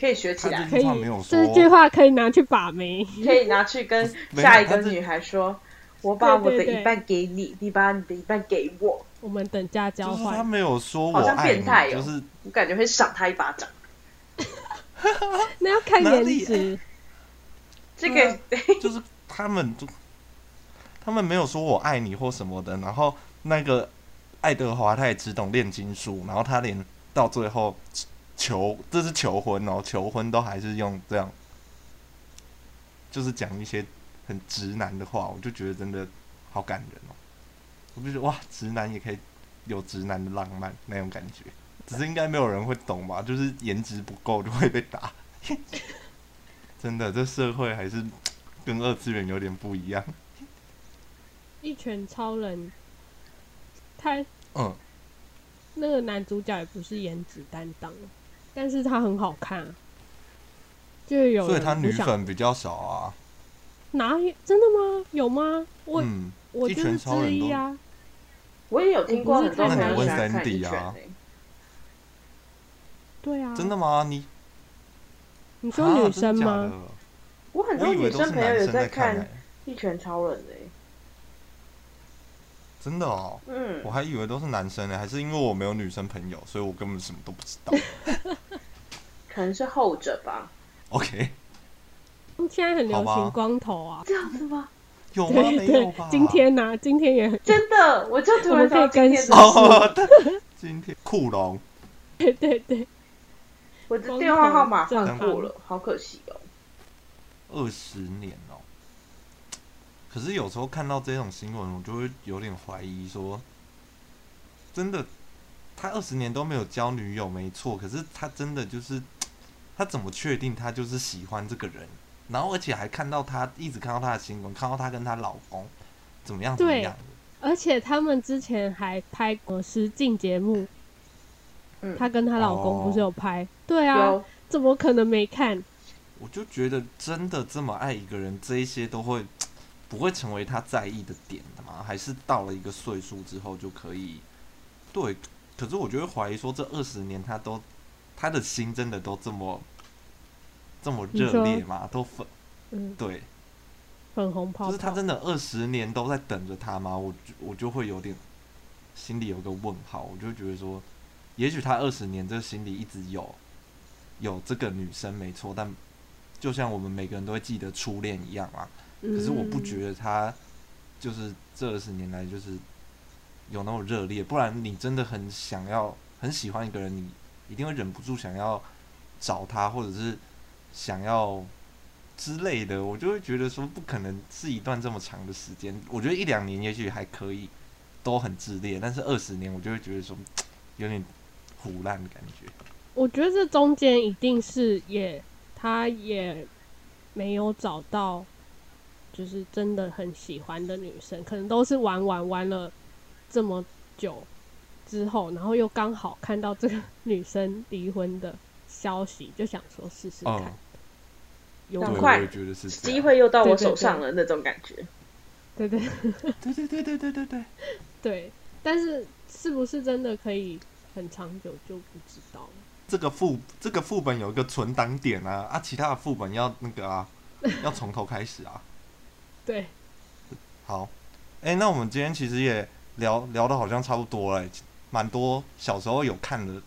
Speaker 3: 可以学起
Speaker 1: 他
Speaker 3: 来，
Speaker 1: 这
Speaker 2: 可
Speaker 1: 句
Speaker 2: 以
Speaker 1: 话没有，说
Speaker 2: 这句话可以拿去把妹。
Speaker 3: 可以拿去跟
Speaker 1: 没有
Speaker 3: 下一个
Speaker 1: 他是
Speaker 3: 女孩说：“我把我的
Speaker 2: 对对对
Speaker 3: 一半给你，你把你的一半给我。
Speaker 2: 我们等价交
Speaker 1: 就是他
Speaker 2: 换，
Speaker 1: 没有说我
Speaker 3: 好像
Speaker 1: 爱
Speaker 3: 变态
Speaker 1: 你，
Speaker 3: 哦
Speaker 1: 就是”
Speaker 3: 我感觉会赏她一巴掌。
Speaker 2: 那要看
Speaker 1: 哪
Speaker 2: 颜
Speaker 1: 里哎
Speaker 2: 值。
Speaker 3: 这
Speaker 1: 对
Speaker 3: 个
Speaker 1: 啊就是他们就他们没有说我爱你或什么的，然后那个爱德华他也只懂炼金术，然后他连到最后求这是求婚哦，求婚都还是用这样，就是讲一些很直男的话，我就觉得真的好感人哦，我就觉得哇，直男也可以有直男的浪漫那种感觉。只是应该没有人会懂吧，就是颜值不够就会被打。 真的，这社会还是跟二次元有点不一样。
Speaker 2: 一拳超人，他
Speaker 1: 嗯，
Speaker 2: 那个男主角也不是颜值担当，但是他很好看啊，就有
Speaker 1: 所以
Speaker 2: 人
Speaker 1: 他
Speaker 2: 不
Speaker 1: 女
Speaker 2: 想
Speaker 1: 粉比较少啊。
Speaker 2: 哪有真的吗？有吗？我、啊
Speaker 1: 嗯，
Speaker 2: 我
Speaker 1: 一
Speaker 2: 就
Speaker 1: 拳
Speaker 2: 是
Speaker 1: 超
Speaker 2: 之
Speaker 1: 人
Speaker 2: 一
Speaker 1: 都
Speaker 2: 啊，
Speaker 3: 我也有听过很多
Speaker 2: 那
Speaker 3: 朋
Speaker 2: 你
Speaker 3: 友喜
Speaker 2: 问
Speaker 3: 欢看一
Speaker 1: Sandy
Speaker 3: 拳
Speaker 1: 啊
Speaker 3: 欸
Speaker 2: 对啊，
Speaker 1: 真的吗？你
Speaker 2: 你
Speaker 1: 你
Speaker 2: 说女生
Speaker 1: 真的
Speaker 2: 吗？？
Speaker 1: 假的
Speaker 3: 我很多
Speaker 1: 我以为
Speaker 3: 女
Speaker 1: 都是
Speaker 3: 生朋友
Speaker 1: 男
Speaker 3: 有
Speaker 1: 生在看、
Speaker 3: 看
Speaker 1: 欸，
Speaker 3: 一拳超人欸诶。
Speaker 1: 真的哦。
Speaker 3: 嗯
Speaker 1: 我，还以为都是男生呢、欸还是因为我没有女生朋友，所以我根本什么都不知道。
Speaker 3: 可能是后者吧。
Speaker 1: OK，
Speaker 2: 嗯现在很流
Speaker 1: 好
Speaker 2: 行
Speaker 1: 吧
Speaker 2: 光头啊，
Speaker 3: 这样子吗？
Speaker 1: 有吗？
Speaker 2: 对
Speaker 1: 没有
Speaker 2: 对
Speaker 1: 吧？，
Speaker 2: 今天呐、今天也很
Speaker 3: 真的，我就突然想到今天
Speaker 2: 我们可以更
Speaker 3: 的，
Speaker 1: 哦，对今天库龙
Speaker 2: 对对对，
Speaker 3: 我的电话号码换过
Speaker 2: 光头
Speaker 3: 了，好可惜哦。
Speaker 1: 二十年哦。可是有时候看到这种新闻，我就会有点怀疑说，真的，他二十年都没有交女友，没错。可是他真的就是，他怎么确定他就是喜欢这个人？然后而且还看到他一直看到他的新闻，看到他跟她老公怎么样怎么
Speaker 2: 对
Speaker 1: 样。
Speaker 2: 而且他们之前还拍过实境节目，
Speaker 3: 嗯，
Speaker 2: 她跟她老公
Speaker 1: 哦
Speaker 2: 不是有拍？对啊，
Speaker 3: 有
Speaker 2: 怎么可能没看？
Speaker 1: 我就觉得真的这么爱一个人，这一些都会不会成为他在意的点的吗？还是到了一个岁数之后就可以对，可是我就会怀疑说，这二十年他都他的心真的都这么这么
Speaker 2: 你
Speaker 1: 热
Speaker 2: 说
Speaker 1: 烈吗？都粉
Speaker 2: 嗯，
Speaker 1: 对，
Speaker 2: 粉红泡泡，
Speaker 1: 就是他真的二十年都在等着他吗？我就我就会有点心里有个问号，我就会觉得说，也许他二十年这心里一直有有这个女生没错，但就像我们每个人都会记得初恋一样啊。
Speaker 2: 嗯
Speaker 1: 可是我不
Speaker 2: 得，
Speaker 1: 觉得他就是这二十年来就是有那种热烈，不然你真的很想要很喜欢一个人，你一定会忍不住想要找他，或者是想要之类的。我就会觉得说，不可能是一段这么长的时间。我觉得一两年也许还可以，都很炽烈，但是二十年我就会觉得说嗯有点胡乱的感觉。
Speaker 2: 我觉得这中间一定是也他也没有找到，就是真的很喜欢的女生，可能都是玩玩玩了这么久之后，然后又刚好看到这个女生离婚的消息，就想说试试看，
Speaker 1: 嗯，
Speaker 2: 有
Speaker 1: 对，
Speaker 3: 赶
Speaker 1: 我
Speaker 3: 快
Speaker 1: 也觉得是这
Speaker 3: 机
Speaker 1: 样。
Speaker 3: 会又到我手上了那种感觉。
Speaker 2: 对对
Speaker 1: 对对对对对对对。
Speaker 2: 对，但是是不是真的可以很长久就不知道了。
Speaker 1: 这个副这个副本有一个存档点啊啊，其他的副本要那个啊， 要从头开始啊。
Speaker 2: 对，
Speaker 1: 好，哎、那我们今天其实也聊聊的好像差不多了、蛮多小时候有看的，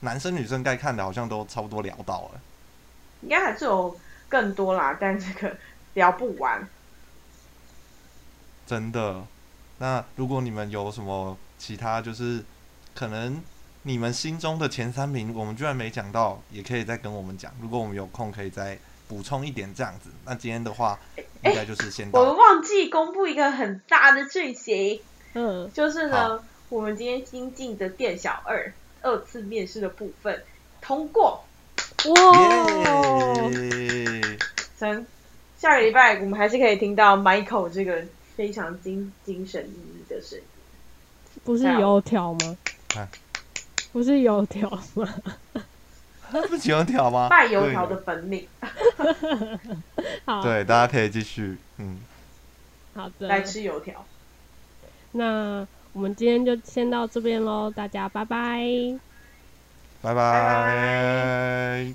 Speaker 1: 男生女生该看的好像都差不多聊到了。
Speaker 3: 应该还是有更多啦，但这个聊不完。
Speaker 1: 真的。那如果你们有什么其他，就是可能你们心中的前三名，我们居然没讲到，也可以再跟我们讲。如果我们有空，可以再补充一点这样子。那今天的话，应该就是先
Speaker 3: 我们
Speaker 1: 到。
Speaker 3: 忘记公布一个很大的讯息，
Speaker 2: 嗯，
Speaker 3: 就是呢，我们今天新进的店小二二次面试的部分通过，
Speaker 2: 哇，
Speaker 1: 耶！
Speaker 3: 真。下个礼拜我们还是可以听到 Michael 这个非常精精神奕奕的声音。
Speaker 2: 不是油条吗
Speaker 1: 啊？
Speaker 2: 不是油条吗？
Speaker 1: 那不喜欢跳吗？
Speaker 3: 拜油条的本领，
Speaker 2: 好，
Speaker 1: 对，大家可以继续，嗯，
Speaker 2: 好
Speaker 3: 来
Speaker 2: 的，
Speaker 3: 吃油条，
Speaker 2: 那我们今天就先到这边喽，大家拜拜。
Speaker 1: 拜
Speaker 3: 拜
Speaker 1: 拜。